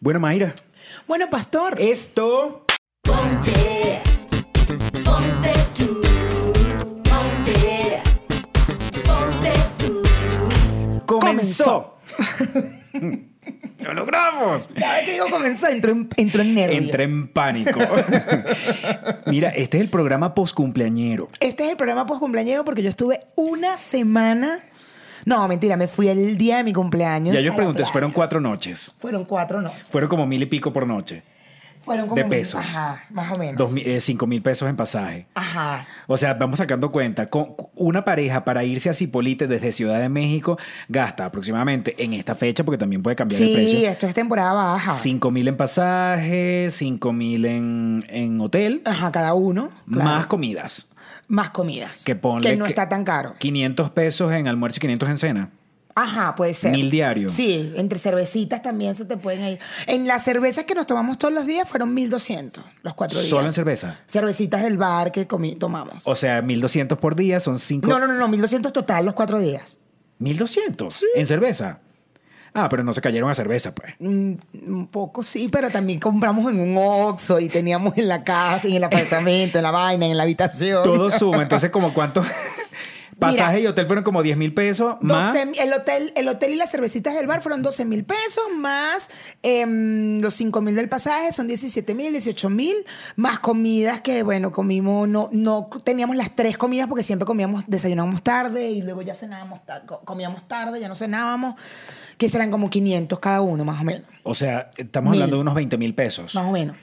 Bueno, Mayra, Bueno, pastor, eh, esto Ponte, ponte tú, ponte, ponte tú, comenzó. ¡Lo logramos! cada vez que digo comenzó, entro en, entro en nervio. Entré en pánico. Mira, este es el programa postcumpleañero. Este es el programa postcumpleañero porque yo estuve una semana. No, mentira, me fui el día de mi cumpleaños. Ya yo a la pregunté, playa. fueron cuatro noches. Fueron cuatro, no. Fueron como mil y pico por noche. Fueron como. de mil- pesos. Ajá, más o menos. Dos, mil- eh, cinco mil pesos en pasaje. Ajá. O sea, vamos sacando cuenta. Con una pareja para irse a Cipolite desde Ciudad de México gasta aproximadamente en esta fecha, porque también puede cambiar el Sí, precio. esto es temporada baja. 5 mil en pasaje, 5 mil en, en hotel, Ajá, cada uno. Ah, claro. más comidas. Más comidas. Que ponle. Que no está tan caro. 500 pesos en almuerzo y 500 en cena. Ajá, puede ser. Mil diarios. Sí, entre cervecitas también se te pueden ir. En las cervezas que nos tomamos todos los días fueron 1200, los cuatro días. Solo en cerveza. Cervecitas del bar que comi- tomamos. O sea, 1200 por día son 5. no, no, no, no, 1200 total los cuatro días. 1200 en cerveza. Ah, pero no se cayeron a cerveza, pues. Mm, un poco sí, pero también compramos en un Oxxo y teníamos en la casa, en el apartamento, en la vaina, en la habitación. Todo suma. Entonces, como cuánto. Pasaje Mira. y hotel fueron como 10 mil pesos. Más. 12 el, hotel, el hotel y las cervecitas del bar fueron 12 mil pesos, más em, los 5 mil del pasaje, son 17 mil, 18 mil, más comidas que, bueno, comimos, no, no teníamos las tres comidas porque siempre comíamos, desayunábamos tarde y luego ya cenábamos, ta- co- comíamos tarde, ya no cenábamos, que serán como 500 cada uno, más o menos. O sea, estamos Mil. hablando de unos 20 mil pesos. Más o menos.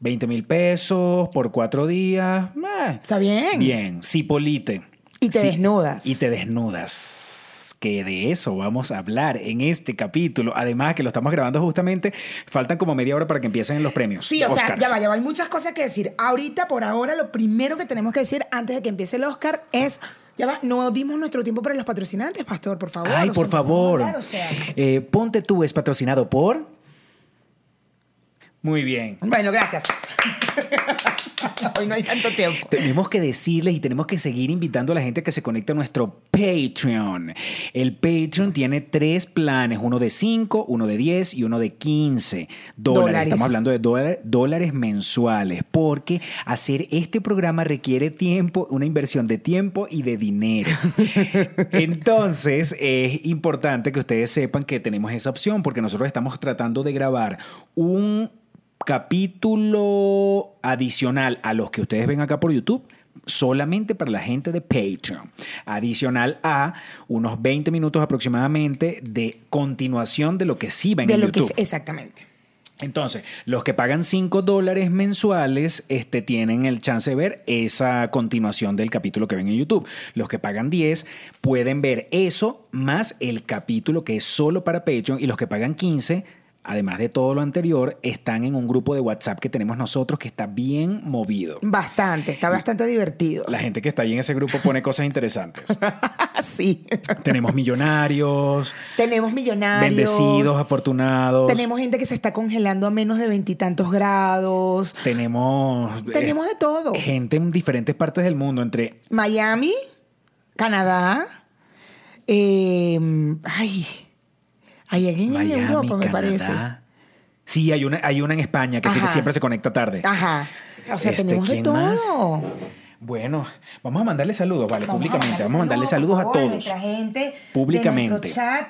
20 mil pesos por cuatro días. Eh, Está bien. Bien, cipolite. Y te Sí, desnudas. Y te desnudas. Que de eso vamos a hablar en este capítulo. Además, que lo estamos grabando justamente. Faltan como media hora para que empiecen los premios. Sí, o sea, Oscars. ya va, ya va. Hay muchas cosas que decir. Ahorita, por ahora, lo primero que tenemos que decir antes de que empiece el Oscar es. Ya va, no dimos nuestro tiempo para los patrocinantes, Pastor, por favor. Ay, los por empezamos a favor. hablar, o sea. Eh, Ponte tú es patrocinado por. Muy bien. Bueno, gracias. Hoy no hay tanto tiempo. Tenemos que decirles y tenemos que seguir invitando a la gente que se conecte a nuestro Patreon. El Patreon tiene tres planes, uno de 5, uno de 10 y uno de 15 dólares. Dólares. Estamos hablando de dólar- dólares mensuales, porque hacer este programa requiere tiempo, una inversión de tiempo y de dinero. Entonces, es importante que ustedes sepan que tenemos esa opción, porque nosotros estamos tratando de grabar un capítulo adicional a los que ustedes ven acá por YouTube. Solamente para la gente de Patreon. Adicional a unos 20 minutos aproximadamente de continuación de lo que sí ven De en lo que YouTube. es, exactamente. Entonces, los que pagan 5 dólares mensuales este, tienen el chance de ver esa continuación del capítulo que ven en YouTube. Los que pagan 10 pueden ver eso más el capítulo que es solo para Patreon. Y los que pagan 15, además de todo lo anterior, están en un grupo de WhatsApp que tenemos nosotros que está bien movido. Bastante, está bastante divertido. La gente que está ahí en ese grupo pone cosas interesantes. sí. tenemos millonarios, Tenemos millonarios. bendecidos, afortunados. Tenemos gente que se está congelando a menos de veintitantos grados. Tenemos, eh, Tenemos de todo. Gente en diferentes partes del mundo, entre Miami, Canadá, eh, ay, hay alguien en Miami, Europa, pues, me Canadá. parece. Sí, hay una, hay una en España que sí que Ajá. Ah. siempre se conecta tarde. Ajá. O sea, Este, tenemos de ¿quién más? todo. Bueno, vamos a mandarle saludos, vale, Vamos públicamente. Vamos a mandarle saludos por a favor, todos. nuestra gente, Públicamente. De nuestro chat.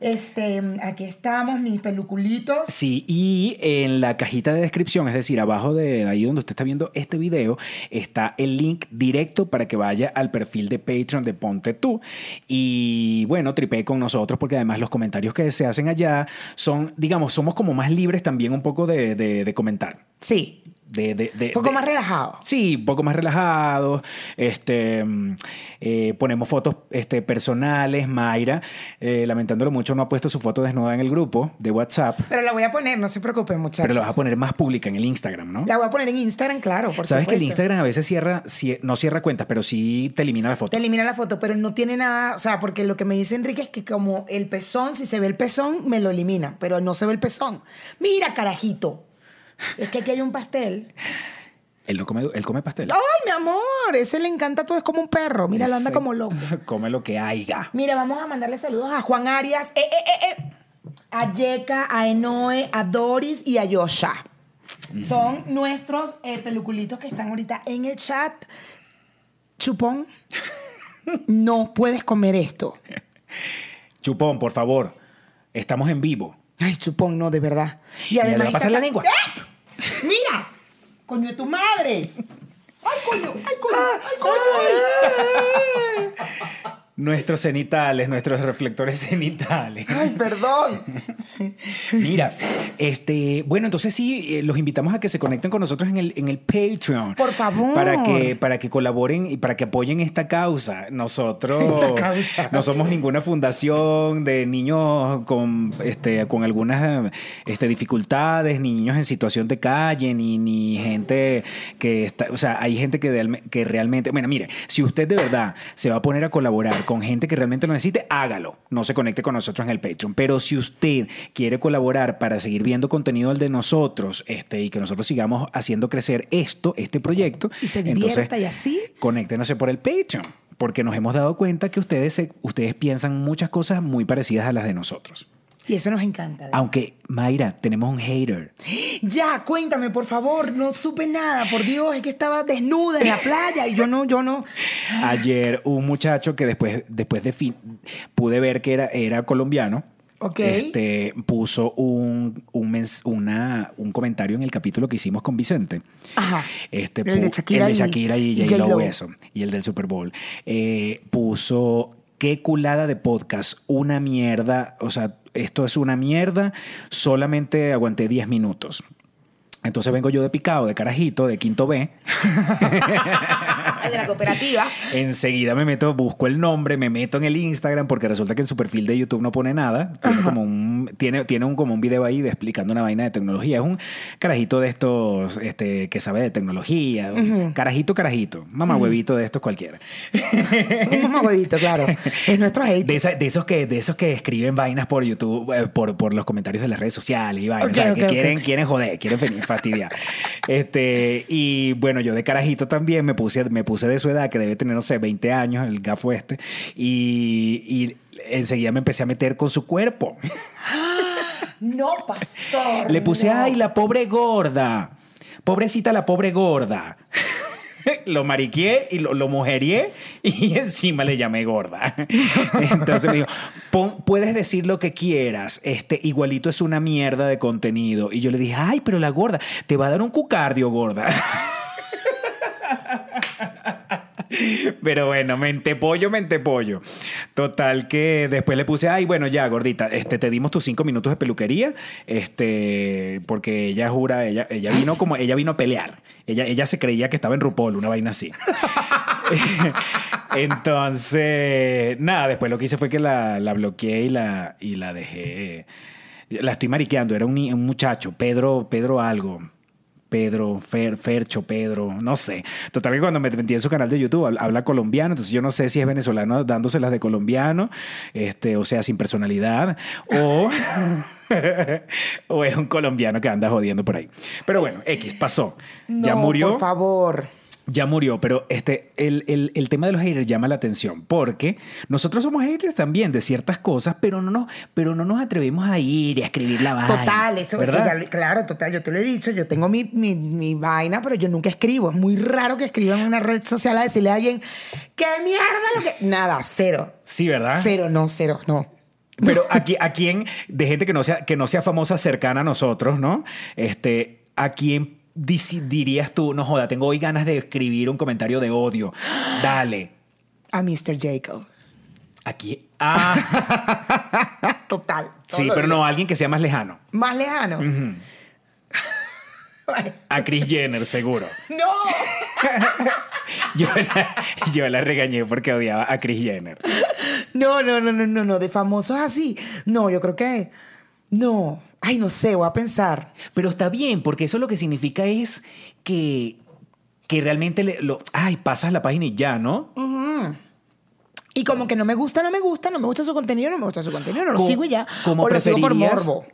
Este, aquí estamos, mis peluculitos. Sí, y en la cajita de descripción, es decir, abajo de ahí donde usted está viendo este video, está el link directo para que vaya al perfil de Patreon de Ponte Tú. Y bueno, tripé con nosotros porque además los comentarios que se hacen allá son, digamos, somos como más libres también un poco de, de- de comentar. Sí, De, de- de- un poco de- más relajado. Sí, un poco más relajados. Este, mm, eh, ponemos fotos este, personales. Mayra, eh, lamentándolo mucho, no ha puesto su foto desnuda en el grupo de WhatsApp. Pero la voy a poner, no se preocupen, muchachos. Pero lo vas a poner más pública en el Instagram, ¿no? La voy a poner en Instagram, claro, por Sabes que el supuesto. Instagram a veces cierra, cie- no cierra cuentas, pero sí te elimina la Te foto. elimina la foto, pero no tiene nada, o sea, porque lo que me dice Enrique es que como el pezón, si se ve el pezón, me lo elimina, pero no se ve el pezón. Mira, carajito. Es que aquí hay un pastel. Él no come, él come pastel. Ay, mi amor, ese le encanta todo, es como un perro. Mira, lo anda Ese- como loco. Come lo que haya. Mira, vamos a mandarle saludos a Juan Arias. Eh, eh, eh, eh. a Yeka, a Enoe, a Doris y a Yosha. Son nuestros eh, peluculitos que están ahorita en el chat. Chupón, no puedes comer esto. Chupón, por favor. Estamos en vivo. Ay, chupón, no, de verdad. Y Mira, le además va a pasar está- la lengua. ¡Eh! ¡Mira! ¡Coño de tu madre! ¡Ay, coño! ¡Ay, coño! Ah, ¡Ay, coño! ¡Ay! Nuestros cenitales, nuestros reflectores cenitales. Ay, perdón. Mira, este, bueno, entonces sí, eh, los invitamos a que se conecten con nosotros en el, en el Patreon. Por favor. Para que, eh, para que colaboren y para que apoyen esta causa. Nosotros Esta causa. no somos ninguna fundación de niños con, este, con algunas eh, este, dificultades, ni niños en situación de calle, ni, ni gente que está, o sea, hay gente que, realme- que realmente, bueno, mire, si usted de verdad se va a poner a colaborar con gente que realmente lo necesite, hágalo, no se conecte con nosotros en el Patreon, pero si usted quiere colaborar para seguir viendo contenido el de nosotros, este, y que nosotros sigamos haciendo crecer esto, este proyecto, Y se entonces, divierta y así. conéctenos por el Patreon, porque nos hemos dado cuenta que ustedes, se- ustedes piensan muchas cosas muy parecidas a las de nosotros. Y eso nos encanta. de Aunque, Mayra, tenemos un hater. Ya, cuéntame, por favor. No supe nada, por Dios. Es que estaba desnuda en la playa y yo no, yo no. Ayer un muchacho que después, después de fin, pude ver que era, era colombiano. Ok. Este, puso un, un, mens- una- un comentario en el capítulo que hicimos con Vicente. Ajá. Este, El de pu- Shakira el y- de Shakira y, y J. Lo, J.Lo. eso. Y el del Super Bowl. Eh, puso qué culada de podcast, una mierda. O sea, esto es una mierda. Solamente aguanté 10 minutos. Entonces vengo yo de picado, de carajito, de quinto B. El de la cooperativa. Enseguida me meto, busco el nombre, me meto en el Instagram porque resulta que en su perfil de YouTube no pone nada. Tiene como un tiene, tiene un como un video ahí de explicando una vaina de tecnología. Es un carajito de estos este, que sabe de tecnología, un carajito carajito, mamá huevito de estos cualquiera. Un mamá huevito, claro. Es nuestro hate. De, esa- de esos que de esos que escriben vainas por YouTube, eh, por, por los comentarios de las redes sociales y vainas, Ok, ¿sabes? que ok, ok. quieren quieren joder, quieren fe- fastidiar. este, y bueno, yo de carajito también me puse me puse de su edad que debe tener no sé, 20 años, el gafo este y, y enseguida me empecé a meter con su cuerpo. No, pastor. Le puse, no. "Ay, la pobre gorda. Pobrecita la pobre gorda." Lo mariqué y lo, lo mujerié y encima le llamé gorda. Entonces me dijo, "Pon- puedes decir lo que quieras, este igualito es una mierda de contenido. Y yo le dije, ay, pero la gorda, te va a dar un cucardio gorda. Pero bueno, mente pollo, mente pollo. Total que después le puse, ay, bueno, ya, gordita, este, te dimos tus cinco minutos de peluquería, este, porque ella jura, ella, ella vino como, ella vino a pelear. Ella, ella se creía que estaba en RuPaul, una vaina así. Entonces, nada, después lo que hice fue que la, la bloqueé y la, y la dejé. La estoy mariqueando, era un, ni- un muchacho, Pedro, Pedro algo. Pedro, Fer, Fercho, Pedro, no sé. Total que cuando me metí en su canal de YouTube habla, habla colombiano, entonces yo no sé si es venezolano dándoselas de colombiano, este, o sea, sin personalidad, o, o es un colombiano que anda jodiendo por ahí. Pero bueno, X, pasó. ya No, murió. Por favor. Ya murió, pero este, el, el- el tema de los haters llama la atención porque nosotros somos haters también de ciertas cosas, pero no nos, pero no nos atrevemos a ir y a escribir la vaina. Total, eso ¿verdad? total, claro, total, yo te lo he dicho, yo tengo mi, mi, mi vaina, pero yo nunca escribo. Es muy raro que escriban en una red social a decirle a alguien, ¿qué mierda lo que...? Nada, cero. Sí, ¿verdad? Cero, no, cero, no. Pero aquí, a quién, de gente que no sea, que no sea famosa cercana a nosotros, ¿no? Este, ¿a quién dici- dirías tú, no joda, tengo hoy ganas de escribir un comentario de odio? Dale. A Mr. Jacob. Aquí. Ah, Total. todos sí, los pero días. no, alguien que sea más lejano. Más lejano. A Chris Jenner, seguro. no. Yo la, yo la regañé porque odiaba a Chris Jenner. No, no, no, no, no, no, de famosos así. No, yo creo que... No. Ay, no sé, voy a pensar. Pero está bien, porque eso lo que significa es que, que realmente le- lo, ay, pasas la página y ya, ¿no? Y como que no me gusta, no me gusta, no me gusta su contenido, no me gusta su contenido, no lo Co- sigo y ya. como o lo sigo por preferirías- morbo.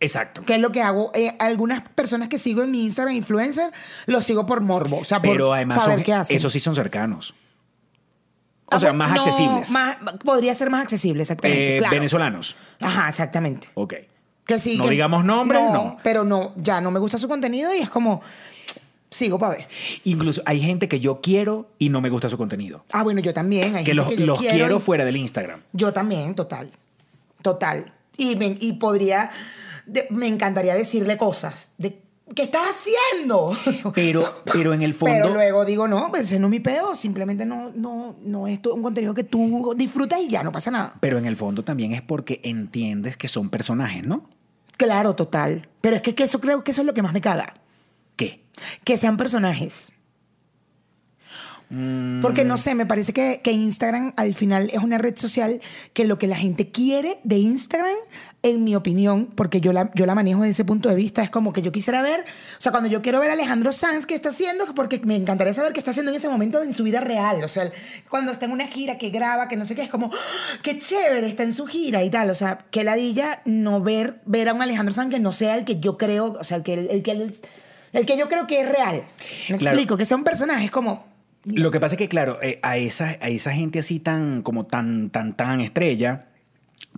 Exacto. que es lo que hago. Eh, algunas personas que sigo en mi Instagram influencer, los sigo por morbo. O sea, por Pero además, saber son- qué hacen. esos sí son cercanos. O Ah, sea, bueno, más no, accesibles. más- podría ser más accesible, exactamente. Eh, claro. Venezolanos. Ajá, exactamente. Ok. Que sí, No que- digamos nombres, no. Pero no, ya no me gusta su contenido y es como, sigo para ver. Incluso hay gente que yo quiero y no me gusta su contenido. Ah, bueno, yo también. Hay Que gente los, que yo los quiero, y- fuera del Instagram. Yo también, total. Total. Y, me- y podría, de- me encantaría decirle cosas. De, ¿Qué estás haciendo? Pero, pero en el fondo. Pero luego digo, no, pues, ese no es mi peo. Simplemente no, no, no es tu- un contenido que tú disfrutas y ya no pasa nada. Pero en el fondo también es porque entiendes que son personajes, ¿no? Claro, total. Pero es que, que eso creo que eso es lo que más me caga. ¿Qué? Que sean personajes. Porque no sé, me parece que, que Instagram al final es una red social que lo que la gente quiere de Instagram, en mi opinión, porque yo la, yo la manejo desde ese punto de vista, es como que yo quisiera ver, o sea, cuando yo quiero ver a Alejandro Sanz qué está haciendo, porque me encantaría saber qué está haciendo en ese momento en su vida real, o sea, cuando está en una gira que graba, que no sé qué, es como, ¡ah! qué chévere, está en su gira y tal, o sea, qué ladilla no ver, ver a un Alejandro Sanz que no sea el que yo creo, o sea, el que, el, que, el, que yo creo que es real. Me Claro. explico, que sea un personaje, es como... Lo que pasa es que, claro, eh, a, esa, a esa gente así tan, como tan, tan, tan estrella,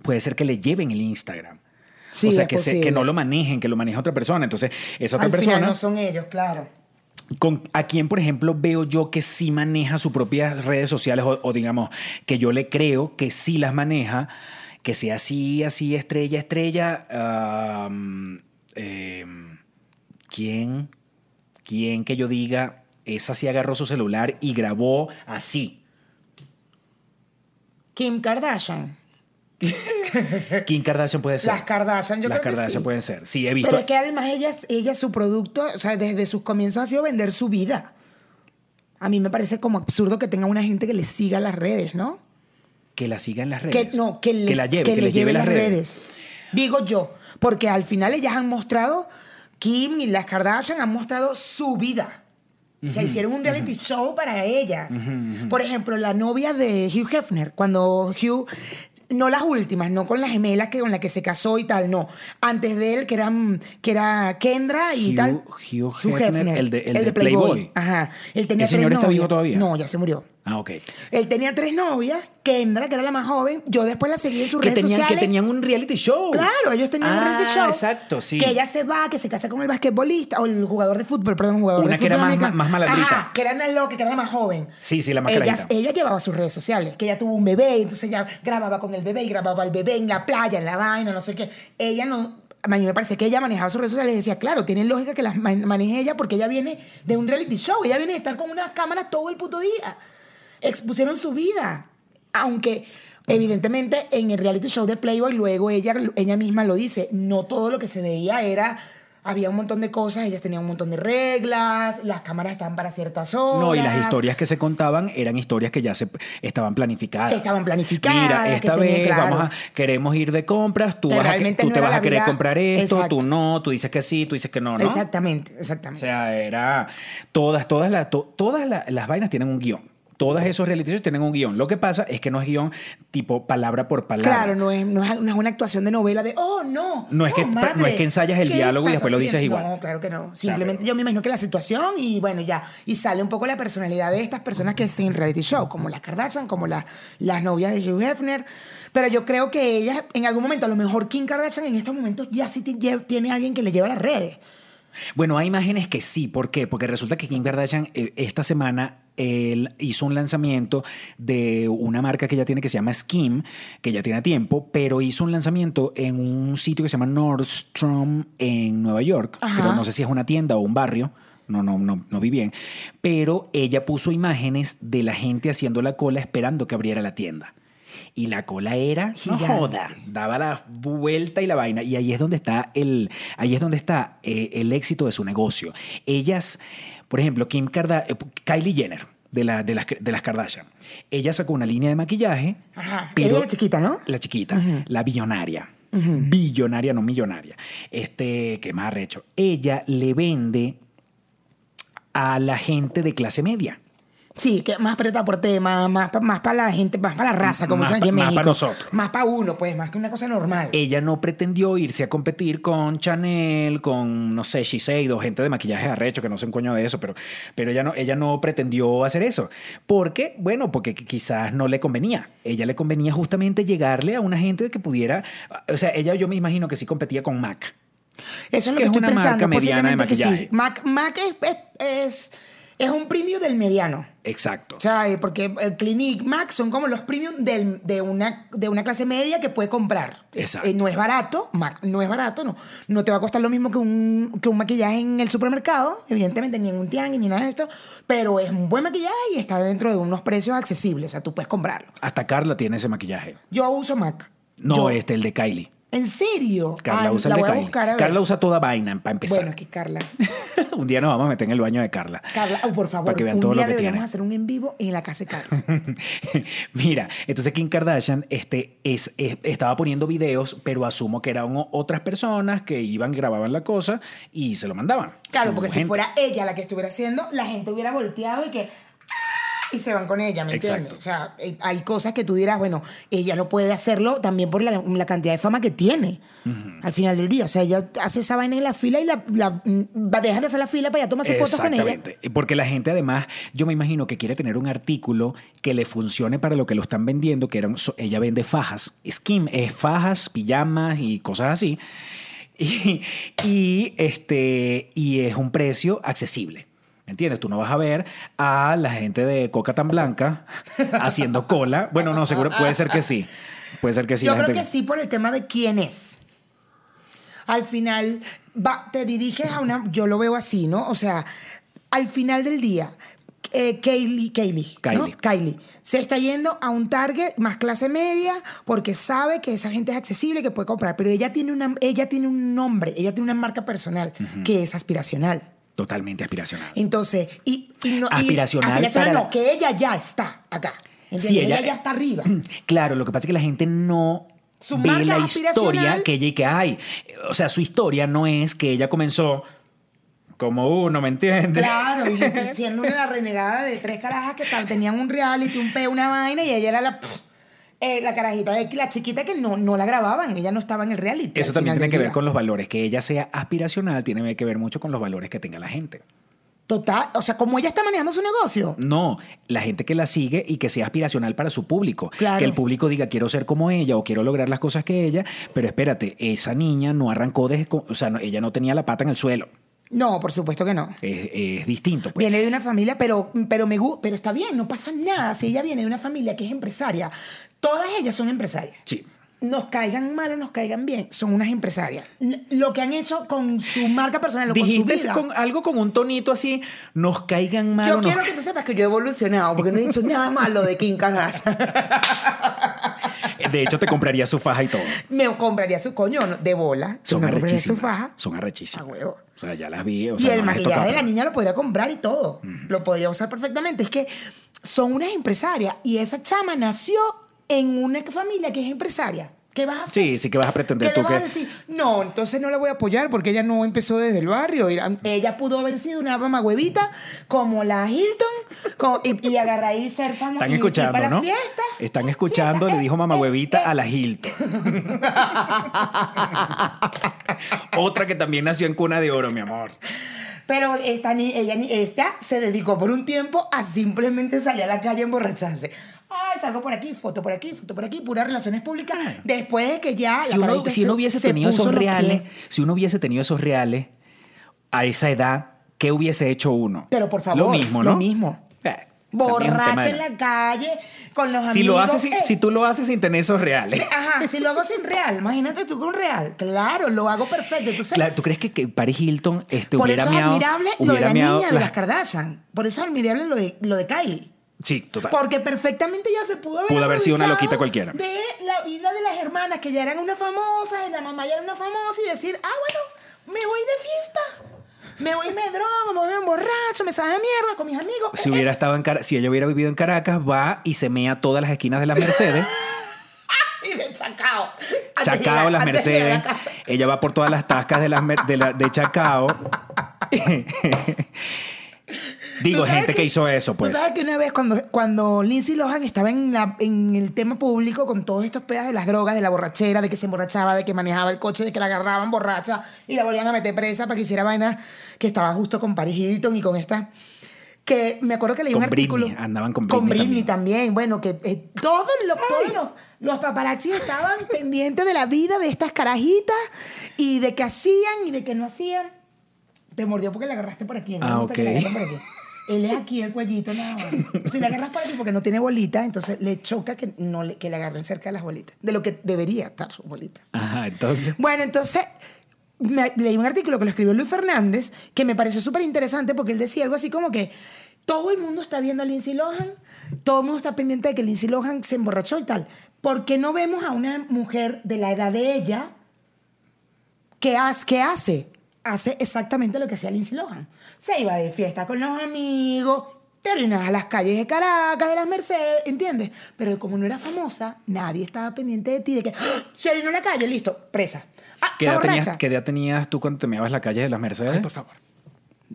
puede ser que le lleven el Instagram. Sí, o sea, es que, se- que posible. no lo manejen, que lo maneje otra persona. Entonces, esa otra Al persona. final no son ellos, claro. con, a quien, por ejemplo, veo yo que sí maneja sus propias redes sociales o, o digamos que yo le creo que sí las maneja, que sea así, así, estrella, estrella. ah, mm, eh, ¿Quién? ¿Quién que yo diga, esa sí agarró su celular y grabó así? Kim Kardashian. Kim Kardashian puede ser. Las Kardashian, yo Las creo que Kardashian sí. pueden ser. Sí, he visto. Pero es que además ella, ella, su producto, o sea, desde sus comienzos ha sido vender su vida. A mí me parece como absurdo que tenga una gente que le siga las redes, ¿no? que la sigan las redes. Que, no, que, les- la lleve, que que, le le lleve las redes. Digo yo, porque al final ellas han mostrado, Kim y las Kardashian han mostrado su vida. O sea, hicieron un reality show para ellas. Por ejemplo, la novia de Hugh Hefner, cuando Hugh, no las últimas, no con las gemelas que, con la que se casó y tal, no. Antes de él, que, eran, que era Kendra y Hugh- tal. Hugh Hefner, el de- el de Playboy. Ajá. Él tenía ¿Ese tres señor está novias. vivo todavía? No, ya se murió. Ah, ok. Él tenía tres novias, Kendra, que era la más joven, yo después la seguí en sus Que redes tenían, que sociales. tenían un reality show. Claro, ellos tenían un Ah, reality show. Exacto, sí. Que ella se va, que se casa con el basquetbolista, o el jugador de fútbol, perdón, jugador Una de que fútbol. era más- americano. más- más malandrita. Ajá, que era una loca, que era la más joven. Sí, sí, la más ella, carajita. ella llevaba sus redes sociales, que ella tuvo un bebé, entonces ella grababa con el bebé y grababa al bebé en la playa, en la vaina, no sé qué. Ella no. A mí me parece que ella manejaba sus redes sociales y decía, claro, tiene lógica que las man- maneje ella porque ella viene de un reality show, ella viene de estar con unas cámaras todo el puto día expusieron su vida. Aunque, evidentemente, en el reality show de Playboy, luego ella, ella misma lo dice, no todo lo que se veía era. Había un montón de cosas, ellas tenían un montón de reglas, las cámaras estaban para ciertas horas. No, y las historias que se contaban eran historias que ya se estaban planificadas. Que estaban planificadas, Mira, esta que tenían vez claro. vamos a, queremos ir de compras, tú, Que vas a, realmente tú no te era vas a la querer vida- comprar esto, Exacto. tú no, tú dices que sí, tú dices que no, ¿no? Exactamente, O exactamente. sea, era. Todas, todas, las to- todas la- las vainas tienen un guión. Todas esos reality shows tienen un guión. Lo que pasa es que no es guión tipo palabra por palabra. Claro, no es, no, es, no es una actuación de novela de, oh, no. No es oh, que- pues, no madre, es que ensayas el ¿qué diálogo y estás después lo dices haciendo?". igual. No, claro que no. sea, Simplemente pero- yo me imagino que la situación y bueno, ya. Y sale un poco la personalidad de estas personas que hacen reality show, como las Kardashian, como la- las novias de Hugh Hefner. Pero yo creo que ellas, en algún momento, a lo mejor Kim Kardashian en estos momentos ya sí ti- lle- tiene alguien que le lleva las redes. Bueno, hay imágenes que sí. ¿Por qué? Porque resulta que Kim Kardashian eh, esta semana él hizo un lanzamiento de una marca que ella tiene que se llama Skim, que ya tiene tiempo, pero hizo un lanzamiento en un sitio que se llama Nordstrom en Nueva York. Ajá. Creo, no sé si es una tienda o un barrio. No, no, no, no vi bien. Pero ella puso imágenes de la gente haciendo la cola esperando que abriera la tienda. Y la cola era no Gigante. joda, daba la vuelta y la vaina. Y ahí es donde está el, ahí es donde está eh, el éxito de su negocio. Ellas, por ejemplo, Kim Karda- eh, Kylie Jenner de, la- de las, de las Kardashian, ella sacó una línea de maquillaje. Ajá. Ella era chiquita, ¿no? La chiquita, la billonaria. Billonaria, no millonaria. Este, que más recho. Ella le vende a la gente de clase media. Sí, que más preta por tema, más, pa- más para la gente, más para la raza, como Más dicen pa- aquí en más México. pa' nosotros. Más para uno, pues, más que una cosa normal. Ella no pretendió irse a competir con Chanel, con, no sé, Shiseido, gente de maquillaje arrecho, que no sé un coño de eso, pero, pero ella, no, ella no pretendió hacer eso. Porque, bueno, porque qui- quizás no le convenía. Ella le convenía justamente llegarle a una gente que pudiera, o sea, ella yo me imagino que sí competía con Mac. Eso es lo que que, es estoy una pensando. marca mediana de posiblemente que sí. maquillaje. Mac, Mac es, es- es- es un premio del mediano. Exacto. O sea, eh, porque el Clinique Mac son como los premium del- de, una, de una clase media que puede comprar. Eh, Exacto. eh, no es barato, Mac no es barato, no. No te va a costar lo mismo que un, que un maquillaje en el supermercado, evidentemente, ni en un tianguis, ni nada de esto, pero es un buen maquillaje y está dentro de unos precios accesibles, o sea, tú puedes comprarlo. Hasta Carla tiene ese maquillaje. Yo uso Mac. No, Yo- este, el de Kylie. ¿En serio? Carla Ah, usa el la de voy a Kylie. buscar a ver. Carla usa toda vaina para empezar. Bueno, es que Carla. un día nos vamos a meter en el baño de Carla. Carla, oh, por favor, Para que vean un todo día lo que deberíamos tiene. hacer un en vivo en la casa de Carla. Mira, entonces Kim Kardashian este, es, es- estaba poniendo videos, pero asumo que eran o- otras personas que iban, grababan la cosa y se lo mandaban. Claro, Su porque si gente. fuera ella la que estuviera haciendo, la gente hubiera volteado y que. "Ah", Y se van con ella, ¿me entiendes? Exacto. O sea, eh, hay cosas que tú dirás, bueno, ella no puede hacerlo también por la, la cantidad de fama que tiene al final del día. O sea, ella hace esa vaina en la fila y la, la- mm, va- dejan de hacer la fila para ya tomarse fotos con ella. Exactamente. Porque la gente, además, yo me imagino que quiere tener un artículo que le funcione para lo que lo están vendiendo, que eran, so- ella vende fajas. Skim es fajas, pijamas y cosas así. Y, y, este, y es un precio accesible. ¿Me entiendes? Tú no vas a ver a la gente de Coca tan blanca haciendo cola. Bueno, no, seguro puede ser que sí. Puede ser que sí. Yo la creo gente- que sí por el tema de quién es. Al final, va, te diriges a una... Yo lo veo así, ¿no? O sea, al final del día, eh, Kaylee, Kaylee, ¿no? Kylie. Kylie, se está yendo a un target más clase media porque sabe que esa gente es accesible, que puede comprar, pero ella tiene, una, ella tiene un nombre, ella tiene una marca personal que es aspiracional. Totalmente aspiracional. Entonces, y, y no, y- Aspiracional aspiracional para- no, que ella ya está acá. ¿entiendes? Sí, ella, ella- eh, ya está arriba. Claro, lo que pasa es que la gente no Su marca ve la aspiracional. historia que ella y que hay. O sea, su historia no es que ella comenzó como uno, ¿me entiendes? Claro, y y siendo una de las renegadas de tres carajas que tal, tenían un reality, un peo, una vaina, y ella era la, pff, eh, la carajita de la chiquita que no, no la grababan, ella no estaba en el reality. Eso al también final tiene del que ver día. con los valores. Que ella sea aspiracional tiene que ver mucho con los valores que tenga la gente. Total, o sea, como ella está manejando su negocio. No, la gente que la sigue y que sea aspiracional para su público. Claro. Que el público diga, quiero ser como ella o quiero lograr las cosas que ella. Pero espérate, esa niña no arrancó desde... O sea, no- ella no tenía la pata en el suelo. No, por supuesto que no. Es, es distinto. Pues. Viene de una familia, pero, pero, me, gu- pero está bien, no pasa nada. Si ella viene de una familia que es empresaria, todas ellas son empresarias. Sí. Nos caigan mal o nos caigan bien, son unas empresarias. N- Lo que han hecho con su marca personal, lo con su Dijiste vida. con algo con un tonito así, nos caigan mal Yo o no. quiero que tú sepas que yo he evolucionado porque no he dicho nada malo de Kim Kardashian. De hecho, te compraría su faja y todo. Me compraría su coño no, de bola. Yo Son me compraría su arrechísimas. faja. Son A arrechísimas. huevo. O sea, ya las vi. O y sea, el no las he maquillaje de tocado. la niña lo podría comprar y todo. Lo podría usar perfectamente. Es que son unas empresarias y esa chama nació en una familia que es empresaria. ¿Qué vas a hacer? Sí, sí que vas a ¿Qué pretender le tú vas a que. decir? No, entonces no la voy a apoyar porque ella no empezó desde el barrio. Era- Ella pudo haber sido una mamagüevita como la Hilton como- y, y agarrar y ser famosa. Están y- y escuchando, para ¿no? fiesta. Están escuchando, Fiesta, le eh, dijo mamá eh, huevita eh. a la Hilton. Otra que también nació en cuna de oro, mi amor. Pero esta, ni- ella, ni- esta se dedicó por un tiempo a simplemente salir a la calle a emborracharse. Ay, salgo por aquí, foto por aquí, foto por aquí, puras relaciones públicas. Después de que ya Ah. Si la uno, carajita si uno se- hubiese se tenido puso esos los pies. reales, si uno hubiese tenido esos reales a esa edad, ¿qué hubiese hecho uno? Pero, por favor, Lo mismo, ¿no? lo mismo. Eh, también es un tema Borracha de en edad. la calle, con los Si, amigos. lo haces sin- eh, si tú lo haces sin tener esos reales. sí, Ajá, si lo hago sin real, imagínate tú con real. Claro, lo hago perfecto. Entonces, Claro, ¿tú crees que, que Paris Hilton este, por hubiera eso es meado- admirable lo de hubiera la meado niña de las- las Kardashian. Por eso es admirable lo de, lo de Kylie. Sí, total. Porque perfectamente ya se pudo haber Pudo haber sido una aprovechado loquita cualquiera. De la vida de las hermanas, que ya eran unas famosas, y la mamá ya era una famosa, y decir, ah, bueno, me voy de fiesta. Me voy, me drogo, me voy, me borracho, me sabe a mierda con mis amigos. Si Eh, hubiera eh, estado en Cara- si ella hubiera vivido en Caracas, va y se mea todas las esquinas de las Mercedes, Y de Chacao. Antes de Chacao, llegar- las antes de llegar Mercedes. a la casa. Ella va por todas las tascas de las mer- de, la- de Chacao. Digo, ¿Tú sabes gente que hizo eso, pues. Tú sabes que una vez cuando, cuando Lindsay Lohan estaba en, la- en el tema público con todos estos pedas de las drogas, de la borrachera, de que se emborrachaba, de que manejaba el coche, de que la agarraban borracha y la volvían a meter presa para que hiciera vainas que estaba justo con Paris Hilton y con estas que me acuerdo que leí Con un Britney, artículo andaban con con Britney Britney también. bueno que eh, todos los todos los, los paparazzi estaban pendientes de la vida de estas carajitas y de qué hacían y de qué no hacían te mordió porque la agarraste por aquí. no Ah, me gusta que la ok. agarren por aquí. Él es aquí el cuellito nada más. Si la agarras por aquí porque no tiene bolitas, entonces le choca que no le, que le agarren cerca de las bolitas, de lo que debería estar sus bolitas. Ajá, entonces. Bueno, entonces me- leí un artículo que lo escribió Luis Fernández que me pareció súper interesante porque él decía algo así como que todo el mundo está viendo a Lindsay Lohan, todo el mundo está pendiente de que Lindsay Lohan se emborrachó y tal. ¿Por qué no vemos a una mujer de la edad de ella ¿qué, haz- qué hace? Hace exactamente lo que hacía Lindsay Lohan. Se iba de fiesta con los amigos, te orinaba a las calles de Caracas, de las Mercedes, ¿entiendes? Pero como no era famosa, nadie estaba pendiente de ti, de que ¡Ah! se orinó en la calle, listo, presa. Ah, ¿Qué edad, está borracha. tenías, ¿Qué edad tenías tú cuando te meabas la calle de las Mercedes? Ay, por favor.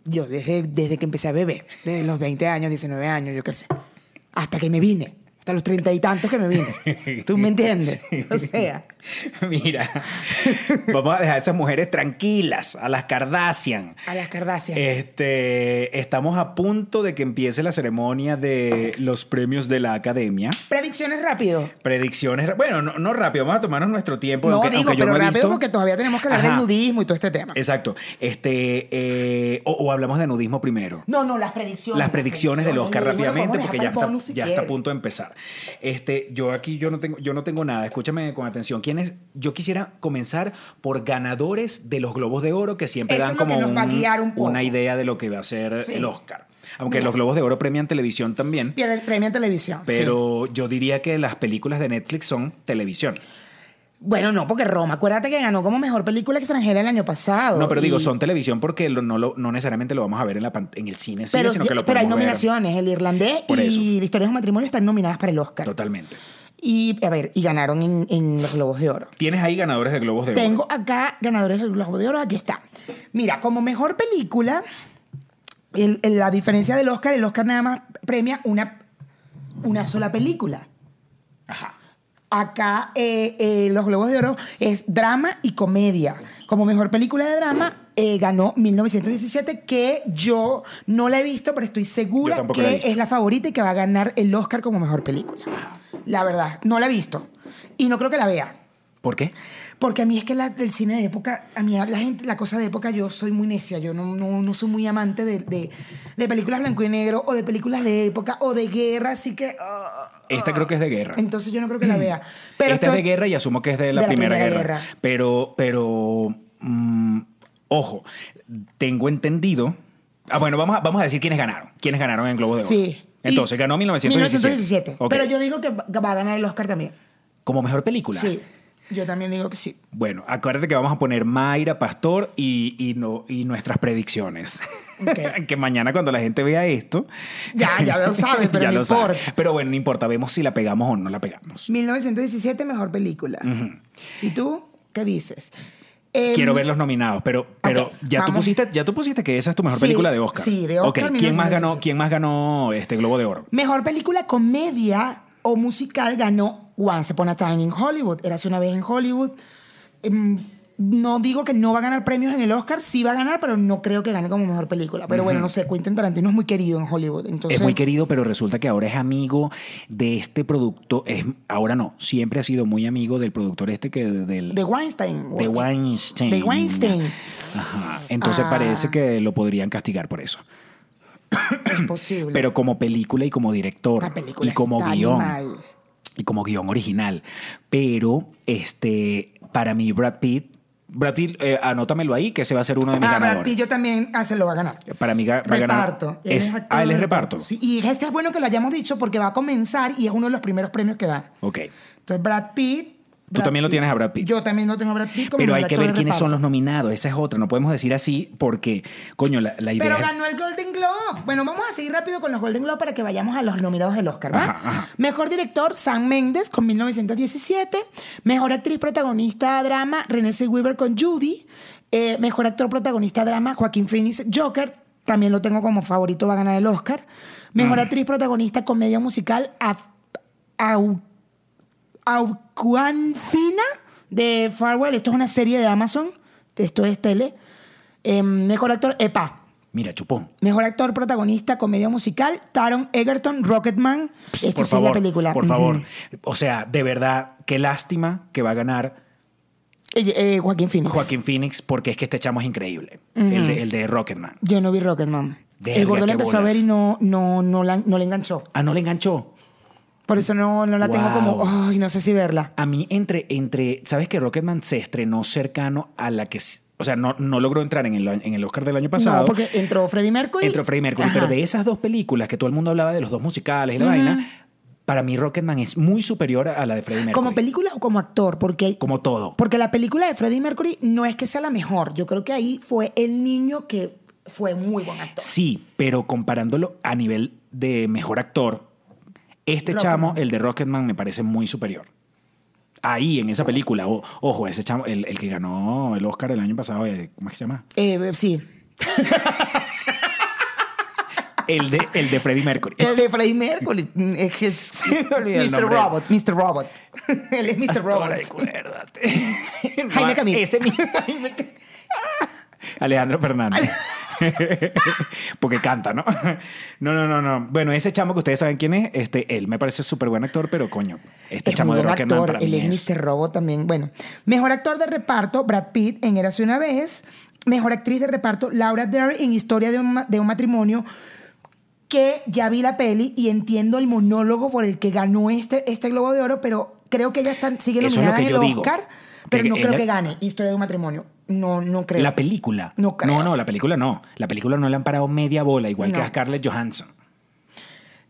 Yo desde, desde que empecé a beber, desde los 20 años, 19 años, yo qué sé, hasta que me vine, hasta los treinta y tantos que me vine. ¿Tú me entiendes? O sea... Mira, vamos a dejar a esas mujeres tranquilas, a las Kardashian. A las Kardashian. Eh. Este, estamos a punto de que empiece la ceremonia de los premios de la academia. Predicciones rápido. Predicciones. Bueno, no, no rápido, vamos a tomarnos nuestro tiempo. No, aunque, digo, aunque yo pero no he rápido visto. porque todavía tenemos que hablar Ajá. del nudismo y todo este tema. Exacto. Este, eh, o, o hablamos de nudismo primero. No, no, las predicciones. Las predicciones del Oscar Bueno, rápidamente, vamos a porque ya dejar está, para el bonus si ya está a quieres. punto de empezar. Este, yo aquí yo no tengo, yo no tengo nada. Escúchame con atención. ¿Quién es? Yo quisiera comenzar por ganadores de los Globos de Oro, que siempre Eso dan es lo que como nos va a un- guiar un poco. una idea de lo que va a ser Sí. el Oscar. Aunque los Globos de Oro premian televisión también. Pierde- Premio en televisión. sí. Pero yo diría que las películas de Netflix son televisión. Bueno, no, porque Roma, acuérdate que ganó como mejor película extranjera el año pasado. No, pero y- digo, son televisión porque lo- no, lo- no necesariamente lo vamos a ver en, la pan- en el cine, cine, Pero, sino que lo pero hay podemos ver nominaciones. El irlandés Por eso. y la historia de un matrimonio están nominadas para el Oscar. Totalmente. Y, a ver, y ganaron en, en los Globos de Oro. Tienes ahí ganadores de Globos de Oro. Tengo acá ganadores del Globo de Oro, aquí está. Mira, como mejor película, el- el- la diferencia del Oscar, el Oscar nada más premia una, una sola película. Ajá. Acá eh, eh, los Globos de Oro es drama y comedia. Como mejor película de drama eh, ganó 1917, que yo no la he visto, pero estoy Yo segura tampoco que la he visto. es la favorita y que va a ganar el Oscar como mejor película. La verdad, no la he visto. Y no creo que la vea. ¿Por qué? Porque a mí es que la, el cine de época, a mí la gente, la cosa de época, yo soy muy necia, yo no, no, no soy muy amante de, de, de películas blanco y negro o de películas de época o de guerra, así que... ah, Esta ah. creo que es de guerra. Entonces yo no creo que la vea. Pero Esta estoy- Este es de guerra y asumo que es de la, primera, guerra. Pero, pero, mm, ojo, tengo entendido. Ah, bueno, vamos a, vamos a decir quiénes ganaron. ¿Quiénes ganaron en Globo de Oro? Sí. Entonces Y- ganó 1917. 1917. Ok. Pero yo digo que va va a ganar el Oscar también. Como mejor película. Sí, yo también digo que sí. Bueno, acuérdate que vamos a poner Mayra, Pastor y, y no, y nuestras predicciones. Ok. que mañana cuando la gente vea esto. Ya, ya lo sabe, pero ya no lo sabe. importa. Pero bueno, no importa, vemos si la pegamos o no la pegamos. 1917, mejor película. ¿Y tú qué dices? Em, Quiero ver los nominados, pero, pero ok, ya tú vamos. pusiste, ya tú pusiste que esa es tu mejor Sí, película de Oscar. sí, de Ok, Oscar, ¿Quién más 1917? ganó, quién más ganó este Globo de Oro? Mejor película comedia o musical ganó Once Upon a Time in Hollywood. Érase una vez en Hollywood. Em, no digo que no va a ganar premios en el Oscar, sí va a ganar, pero no creo que gane como mejor película. Pero bueno, no sé, Quentin Tarantino es muy querido en Hollywood. Entonces, es muy querido, pero resulta que ahora es amigo de este producto. Es, ahora no, siempre ha sido muy amigo del productor este que del De Weinstein. de Weinstein. De Weinstein. Ajá. Entonces Ah. parece que lo podrían castigar por eso. Es posible. Pero como película y como director la película y como está guión. animal. y como guión original. Pero, este, para mí, Brad Pitt, Brad Pitt, eh, anótamelo ahí, que ese va a ser uno de mis Ah, Brad ganadores. Pitt yo también ah, se lo va a ganar. Para mí, ga- va a ganar- Reparto. Él Es, actor ah, él de es reparto. Sí, y este es bueno que lo hayamos dicho porque va a comenzar y es uno de los primeros premios que da. Ok. Entonces, Brad Pitt. Brad también lo tienes a Brad Pitt. Yo también lo tengo a Brad Pitt. como Pero hay mejor que actor ver de quiénes son los reparto. nominados. Esa es otra. No podemos decir así porque, coño, la, la idea. Pero es- ganó el Golden Globe. Bueno, vamos a seguir rápido con los Golden Globe para que vayamos a los nominados del Oscar, ¿va? Ajá, ajá. Mejor director, Sam Mendes con 1917. Mejor actriz protagonista drama, Renée Zellweger con Judy. Eh, mejor actor protagonista drama, Joaquín Phoenix, Joker. también lo tengo como favorito, va a ganar el Oscar. Ah. Mejor actriz protagonista, comedia musical, Af- Au- Aucuanfina de Farwell. Esto es una serie de Amazon, esto es tele. Em, mejor actor, Epa. Mira, chupón. Mejor actor protagonista, comedia musical, Taron Egerton, Rocketman. Esto por favor, sí Pues, es la película. Por Ujú. favor. O sea, de verdad, qué lástima que va a ganar Eh, eh, Joaquín Phoenix. Joaquín Phoenix porque es que este chamo es increíble. el, de, el de Rocketman. Yo no vi Rocketman. Verga, el gordo qué la empezó a bolas. ver y no, no, no, la, no le enganchó. Ah, no le enganchó. Por eso no, no la tengo como, Wow. ay, no sé si verla. A mí, entre, entre, ¿sabes que Rocketman se estrenó cercano a la que, s- o sea, no, no logró entrar en el, en el Oscar del año pasado? No, porque entró Freddie Mercury. Entró Freddie Mercury, Ajá. pero de esas dos películas que todo el mundo hablaba de los dos musicales y la vaina, para mí Rocketman es muy superior a la de Freddie Mercury. ¿Como película o como actor? Porque, hay- Como todo. porque la película de Freddie Mercury no es que sea la mejor. Yo creo que ahí fue el niño que fue muy buen actor. Sí, pero comparándolo a nivel de mejor actor, este Rocketman. chamo, el de Rocketman, me parece muy superior. Ahí, en esa película. O- ojo, ese chamo, el, el que ganó el Oscar el año pasado, eh, ¿cómo es que se llama? Eh, sí. El de, el de Freddie Mercury. El de Freddie Mercury. Mm, Es que es me olvidó el Mr. nombre. Robot. Mr. Robot. Él es Mr. Hasta Robot. ahora, acuérdate. Jaime No, Camil. Ese este mismo. Jaime Camil. Alejandro Fernández. Porque canta, ¿no? No, no, no, no. Bueno, ese chamo que ustedes saben quién es, este, él me parece súper buen actor, pero coño, este es chamo muy de buen Rocketman actor. para Él mí es es... Mr. Robot también. Bueno, mejor actor de reparto, Brad Pitt en Érase una vez. Mejor actriz de reparto, Laura Dern en Historia de un, ma- de un matrimonio. Que ya vi la peli y entiendo el monólogo por el que ganó este, este Globo de Oro, pero creo que ella está, sigue Eso es lo nominada que en el yo digo. Oscar, pero Que no creo ella- que gane Historia de un matrimonio. No, no creo. La película. No creo. no, no, la película no. La película no le han parado media bola, igual que No. a Scarlett Johansson.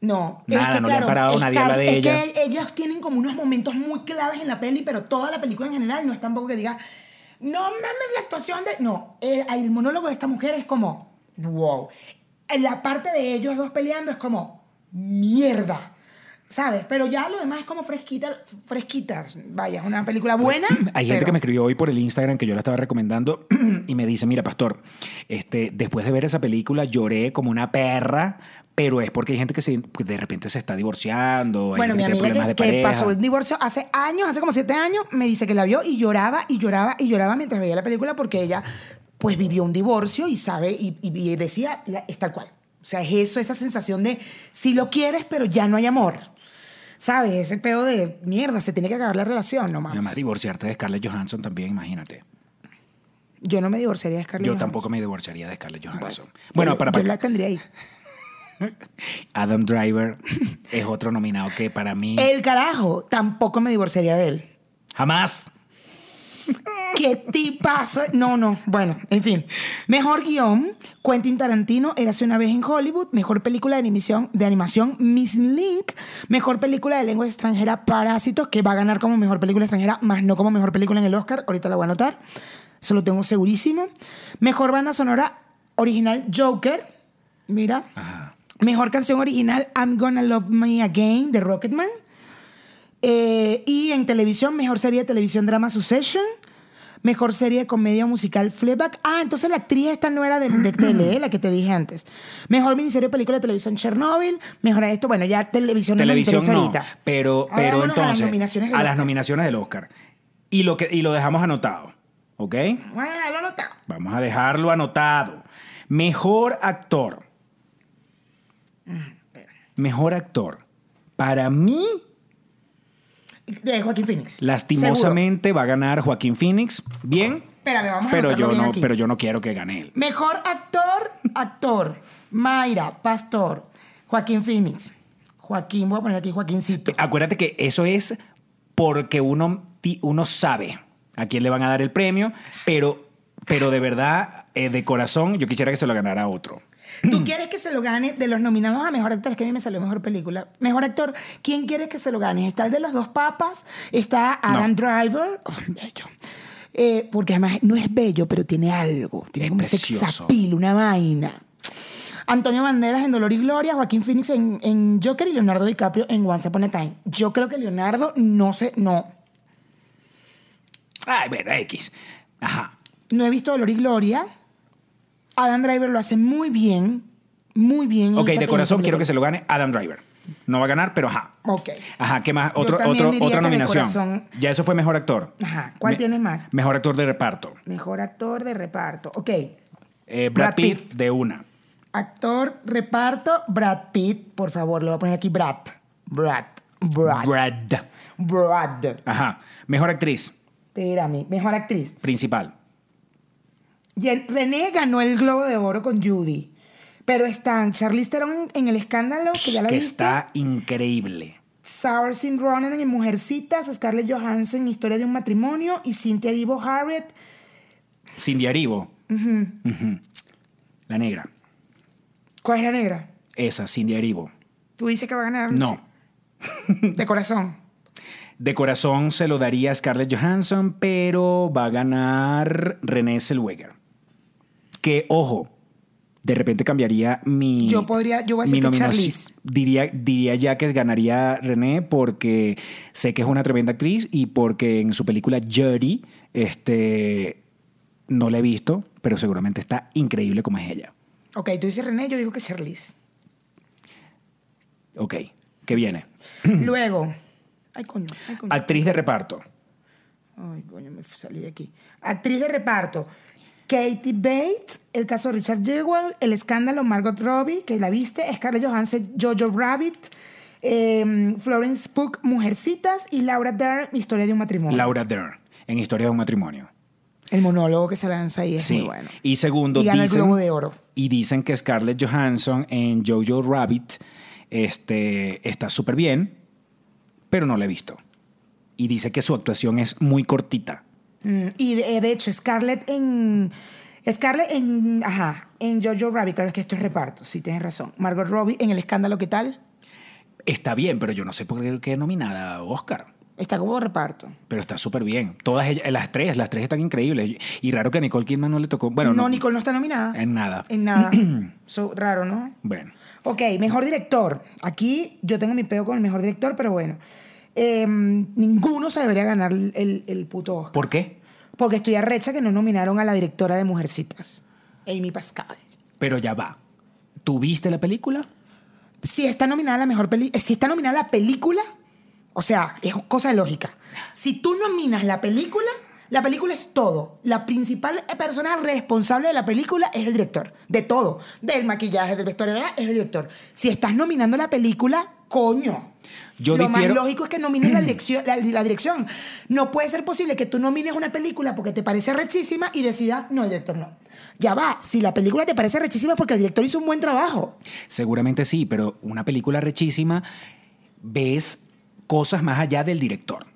No, Nada, no le han parado, nadie habla de es ella. que ellos tienen como unos momentos muy claves en la peli, pero toda la película en general no es tampoco que diga, no mames la actuación de. No, el, el monólogo de esta mujer es como, wow. La parte de ellos dos peleando es como, mierda. ¿Sabes? Pero ya lo demás es como fresquita, fresquitas. Vaya, es una película buena. Hay gente pero- que me escribió hoy por el Instagram que yo la estaba recomendando y me dice, mira, pastor, este, después de ver esa película lloré como una perra, pero es porque hay gente que, se- que de repente se está divorciando, hay Bueno, mi gente que tiene problemas de amiga que, que pareja. pasó el divorcio hace años, hace como siete años, me dice que la vio y lloraba y lloraba y lloraba mientras veía la película porque ella pues vivió un divorcio y sabe y, y- y decía, la- es tal cual. O sea, es eso, esa sensación de si lo quieres pero ya no hay amor. ¿Sabes? Ese pedo de mierda, se tiene que acabar la relación, no Además, mames. divorciarte de Scarlett Johansson también, imagínate. Yo no me divorciaría de Scarlett Yo Johansson. tampoco me divorciaría de Scarlett Johansson. Yo- Bueno, para, Yo para- la tendría ahí. Adam Driver es otro nominado que para mí El carajo, tampoco me divorciaría de él. jamás. ¿Qué tipazo? No, no. Bueno, en fin. Mejor guión, Quentin Tarantino, Érase una vez en Hollywood. Mejor película de animación, de animación Miss Link. Mejor película de lengua extranjera, Parásitos, que va a ganar como mejor película extranjera, más no como mejor película en el Oscar. Ahorita la voy a anotar. Eso lo tengo segurísimo. Mejor banda sonora original, Joker. Mira. Ajá. Mejor canción original, I'm Gonna Love Me Again, de Rocketman. Eh, y en televisión, mejor serie de televisión drama Succession. Mejor serie de comedia musical Fleabag. Ah, entonces la actriz esta no era de, de tele, eh, la que te dije antes. Mejor miniserie de película de televisión Chernobyl. Mejor a esto, bueno, ya televisión no me Televisión interesa no, ahorita. pero, Ahora pero vámonos entonces a las nominaciones. del a las Oscar. nominaciones del Oscar. Y lo que y lo dejamos anotado, ¿ok? Ah, lo anotado. Vamos a dejarlo anotado. Mejor actor. Mejor actor. Para mí, De Joaquín Phoenix. lastimosamente va a ganar Joaquín Phoenix. Bien, Seguro. Espérame, vamos a pero anotarlo yo bien no, aquí. pero yo no quiero que gane él. Mejor actor, actor. Mayra, Pastor, Joaquín Phoenix. Joaquín, voy a poner aquí Joaquincito. Acuérdate que eso es porque uno, ti- uno sabe a quién le van a dar el premio, pero, pero de verdad, eh, de corazón, yo quisiera que se lo ganara otro. ¿Tú quieres que se lo gane de los nominados a mejor actor? Es que a mí me salió mejor película. Mejor actor, ¿quién quieres que se lo gane? Está el de los dos papas, está Adam No. Driver. Oh, bello. Eh, porque además no es bello, pero tiene algo. Tiene Es como un sex precioso. appeal, una vaina. Antonio Banderas en Dolor y Gloria, Joaquín Phoenix en, en Joker y Leonardo DiCaprio en Once Upon a Time. Yo creo que Leonardo no sé, no. Ay, bueno, X. Ajá. No he visto Dolor y Gloria. Adam Driver lo hace muy bien. Muy bien. en Ok, esta de corazón película. quiero que se lo gane Adam Driver. No va a ganar, pero ajá. Ok. Ajá, ¿qué más? Yo Otro, también otro, diría otra que de nominación. corazón. Ya eso fue mejor actor. Ajá. ¿Cuál Me- tienes más? Mejor actor de reparto. Mejor actor de reparto. Ok. Eh, Brad, Brad Pitt, Pitt. de una. Actor, reparto, Brad Pitt. Por favor, le voy a poner aquí Brad. Brad. Brad. Brad. Brad. Ajá. Mejor actriz Espérame. Mejor actriz. principal. Yen- René ganó el Globo de Oro con Judy. Pero están Charlize Theron en El Escándalo, Ah, que ya la que viste. está increíble. Saoirse Ronan en Mujercitas, Scarlett Johansson, Historia de un matrimonio y Cynthia Erivo Harriet. Cindy Aribo. Ujú. La negra. ¿Cuál es la negra? Esa, Cindy Aribo. ¿Tú dices que va a ganar? No. De corazón. De corazón se lo daría a Scarlett Johansson, pero va a ganar René Zellweger. Que, ojo, de repente cambiaría mi. Yo podría- yo voy a decir mi que nominación. Charlize. Diría, diría ya que ganaría René porque sé que es una tremenda actriz y porque en su película Judy, este. No la he visto, pero seguramente está increíble como es ella. Ok, tú dices René, yo digo que Charlize. Ok, ¿qué viene? Luego. Ay, coño. Ay, coño. Actriz de reparto. Ay, coño, me salí de aquí. Actriz de reparto. Katie Bates, el caso de Richard Jewell, El escándalo Margot Robbie, que la viste, Scarlett Johansson, Jojo Rabbit, eh, Florence Pugh, Mujercitas y Laura Dern, Historia de un matrimonio. Laura Dern, en Historia de un matrimonio. El monólogo que se lanza ahí es Sí. muy bueno. Y segundo, Y gana el dicen, Globo de Oro. y dicen que Scarlett Johansson en Jojo Rabbit este, está súper bien, pero no la he visto. Y dice que su actuación es muy cortita. Mm, y de, de hecho, Scarlett en. Scarlett en. Ajá, en Jojo Rabbit, claro es que esto es reparto, sí tienes razón. Margot Robbie en El escándalo, ¿qué tal? Está bien, pero yo no sé por qué quedó nominada a Oscar. Está como reparto. Pero está súper bien. Todas ellas, las tres, las tres están increíbles. Y raro que a Nicole Kidman no le tocó. Bueno, no, Nicole no está nominada. En nada. En nada. So, raro, ¿no? Bueno. Ok, mejor director. Aquí yo tengo mi peo con el mejor director, pero bueno. Em, ninguno se debería ganar el, el- el puto Oscar. ¿Por qué? Porque estoy arrecha que no nominaron a la directora de Mujercitas, Amy Pascal. Pero ya va. ¿Tú viste la película? Si está nominada la mejor peli- eh, si está nominada la película, o sea, es cosa de lógica. Si tú nominas la película, la película es todo. La principal persona responsable de la película es el director, de todo, del maquillaje, del vestuario, de la- es el director. Si estás nominando la película, coño. Yo Lo difiero- más lógico es que nomines la dirección, la, la dirección. No puede ser posible que tú nomines una película porque te parece rechísima y decidas, no, el director no. Ya va, si la película te parece rechísima es porque el director hizo un buen trabajo. Seguramente sí, pero una película rechísima ves cosas más allá del director.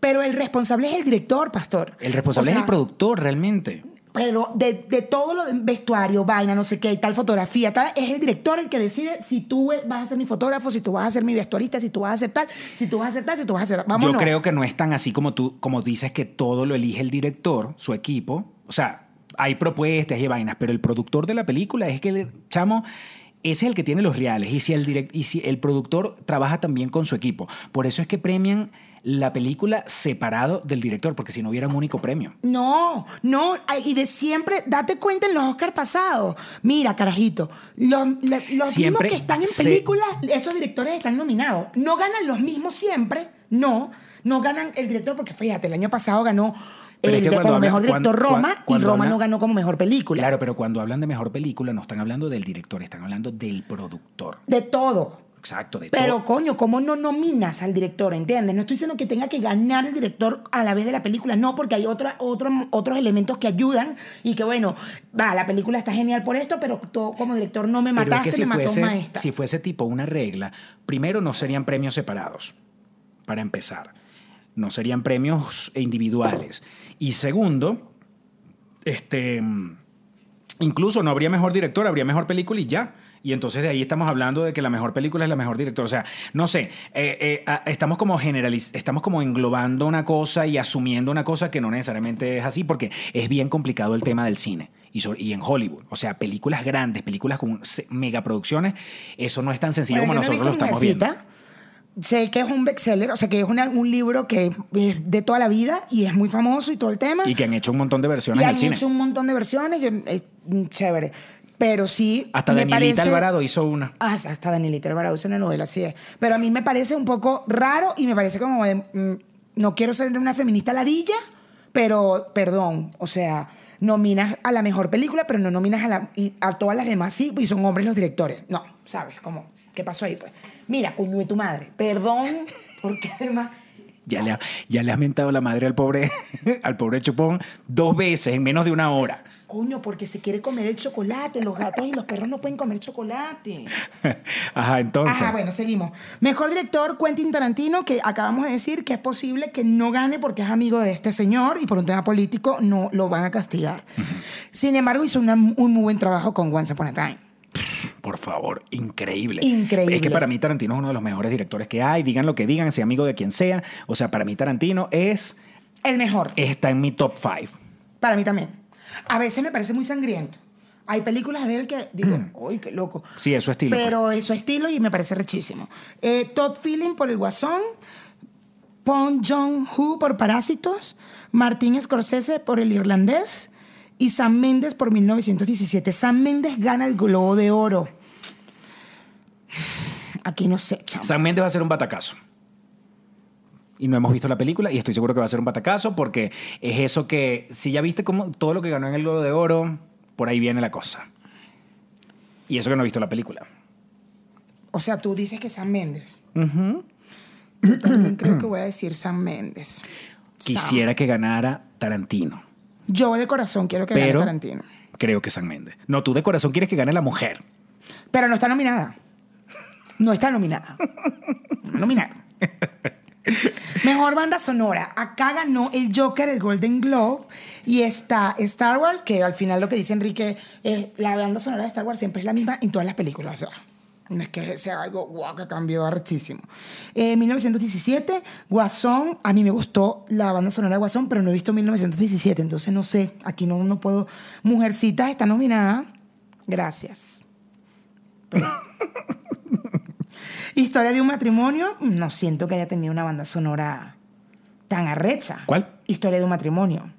Pero el responsable es el director, pastor. El responsable O sea, es el productor realmente. Pero de, de todo lo vestuario, vaina, no sé qué, y tal fotografía, tal, es el director el que decide si tú vas a ser mi fotógrafo, si tú vas a ser mi vestuarista, si tú vas a hacer tal, si tú vas a hacer tal, si tú vas a hacer tal. Vámonos. Yo creo que no es tan así como tú, como dices que todo lo elige el director, su equipo. O sea, hay propuestas y vainas, pero el productor de la película es que el chamo. Ese es el que tiene los reales. Y si el, direct- y si el productor trabaja también con su equipo. Por eso es que premian la película separado del director, porque si no hubiera un único premio. No, no, ay, y de siempre, date cuenta en los Oscar pasados. Mira, carajito, los, le- los mismos Siempre que están en se- películas, esos directores están nominados. No ganan los mismos siempre, no. No ganan el director, porque fíjate, el año pasado ganó Pero es el que de- cuando como hablan- mejor director cuando- Roma cuan- cuando y Roma hablan- no ganó como mejor película. Claro, pero cuando hablan de mejor película no están hablando del director, están hablando del productor. De todo. Exacto, de Pero todo. coño, ¿cómo no nominas al director? ¿Entiendes? No estoy diciendo que tenga que ganar el director a la vez de la película, no, porque hay otra, otro- otros elementos que ayudan y que bueno, va, la película está genial por esto, pero tú como director no me Pero mataste, es que si me mató fuese, un maestra. si fuese tipo una regla, primero no serían premios separados, para empezar. No serían premios individuales. Y segundo, este, incluso no habría mejor director, habría mejor película y ya. Y entonces de ahí estamos hablando de que la mejor película es la mejor director. O sea, no sé, eh, eh, a- estamos como generaliz estamos como englobando una cosa y asumiendo una cosa que no necesariamente es así, porque es bien complicado el tema del cine y, sobre- y en Hollywood. O sea, películas grandes, películas con se- megaproducciones, eso no es tan sencillo Bueno, como yo no he nosotros lo visto estamos viendo. Mujercita, sé que es un bestseller, o sea, que es una- un libro que es de toda la vida y es muy famoso y todo el tema. Y que han hecho un montón de Y versiones han al cine. hecho un montón de versiones, yo- es mm, chévere. Pero sí. Hasta me Danielita parece- Alvarado hizo una. Ah, hasta Danielita Alvarado hizo una novela, así es. Pero a mí me parece un poco raro y me parece como. de, mm, no quiero ser una feminista ladilla, pero perdón, o sea. Nominas a la mejor película, pero no nominas a, la, y a todas las demás, sí, y son hombres los directores. No, ¿sabes? Como, ¿qué pasó ahí? Pues, mira, coño de tu madre. Perdón, porque además. Ya le, ha- ya le has mentado la madre al pobre, al pobre Chupón dos veces en menos de una hora. Coño, porque se quiere comer el chocolate. Los gatos y los perros no pueden comer chocolate. Ajá, entonces. Ajá, bueno, seguimos. Mejor director Quentin Tarantino, que acabamos de decir que es posible que no gane porque es amigo de este señor y por un tema político no lo van a castigar. Sin embargo, hizo una- un muy buen trabajo con Once Upon a Time. Por favor, increíble. Increíble. Es que para mí Tarantino es uno de los mejores directores que hay. Digan lo que digan, sea amigo de quien sea. O sea, para mí Tarantino es El mejor, está en mi top five. para mí también. A veces me parece muy sangriento. Hay películas de él que digo, uy, qué loco. Sí, es su estilo, pues. Pero es su estilo y me parece rechísimo. Eh, Todd Feeling por El Guasón. Pong Jong-Hu por Parásitos. Martín Scorsese por El Irlandés. Y Sam Méndez por 1917. Sam Méndez gana el Globo de Oro. Aquí no sé, chamo. San Méndez va a ser un batacazo. Y no hemos visto la película y estoy seguro que va a ser un batacazo porque es eso que, si ya viste como todo lo que ganó en el Globo de Oro, por ahí viene la cosa. Y eso que no he visto la película. O sea, tú dices que Sam Méndez. Yo también creo que voy a decir Sam Méndez. Sam. Quisiera que ganara Tarantino. Yo de corazón quiero que Pero- gane Tarantino. Creo que San Méndez. No, tú de corazón quieres que gane la mujer. Pero no está nominada. No está nominada. No nominada. Mejor banda sonora. Acá ganó el Joker, el Golden Globe. Y está Star Wars, que al final lo que dice Enrique es la banda sonora de Star Wars siempre es la misma en todas las películas. O sea, no es que sea algo guau que cambió arrechísimo. Eh, 1917, Guasón. A mí me gustó la banda sonora de Guasón, pero no he visto 1917, entonces no sé. Aquí no, no puedo. Mujercitas está nominada. Gracias. Historia de un matrimonio, no siento que haya tenido una banda sonora tan arrecha. ¿Cuál? Historia de un matrimonio.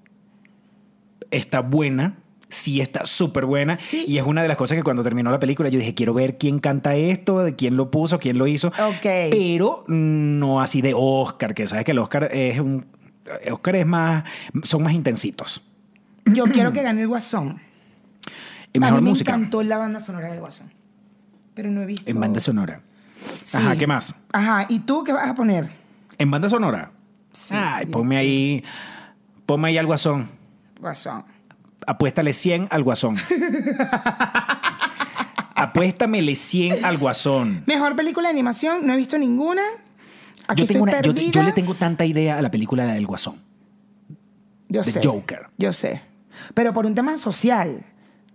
Está buena. Sí, está súper buena. Sí. Y es una de las cosas que cuando terminó la película yo dije, quiero ver quién canta esto, de quién lo puso, quién lo hizo. Ok. Pero no así de Oscar, que sabes que el Oscar es un... Oscar es más... Son más intensitos. Yo quiero que gane el Guasón. Y A mejor mí me música. encantó la banda sonora del Guasón. Pero no he visto. En banda sonora. Sí. Ajá, ¿qué más? Ajá, ¿y tú qué vas a poner? En banda sonora. Sí, Ay, yo- ponme ahí... Ponme ahí al guasón. Guasón. apuéstale 100 al guasón. Apuéstamele 100 al guasón. Mejor película de animación, no he visto ninguna. Aquí Yo, tengo estoy una- yo- perdida. yo le tengo tanta idea a la película del guasón. Yo The sé. Joker. Yo sé. Pero por un tema social.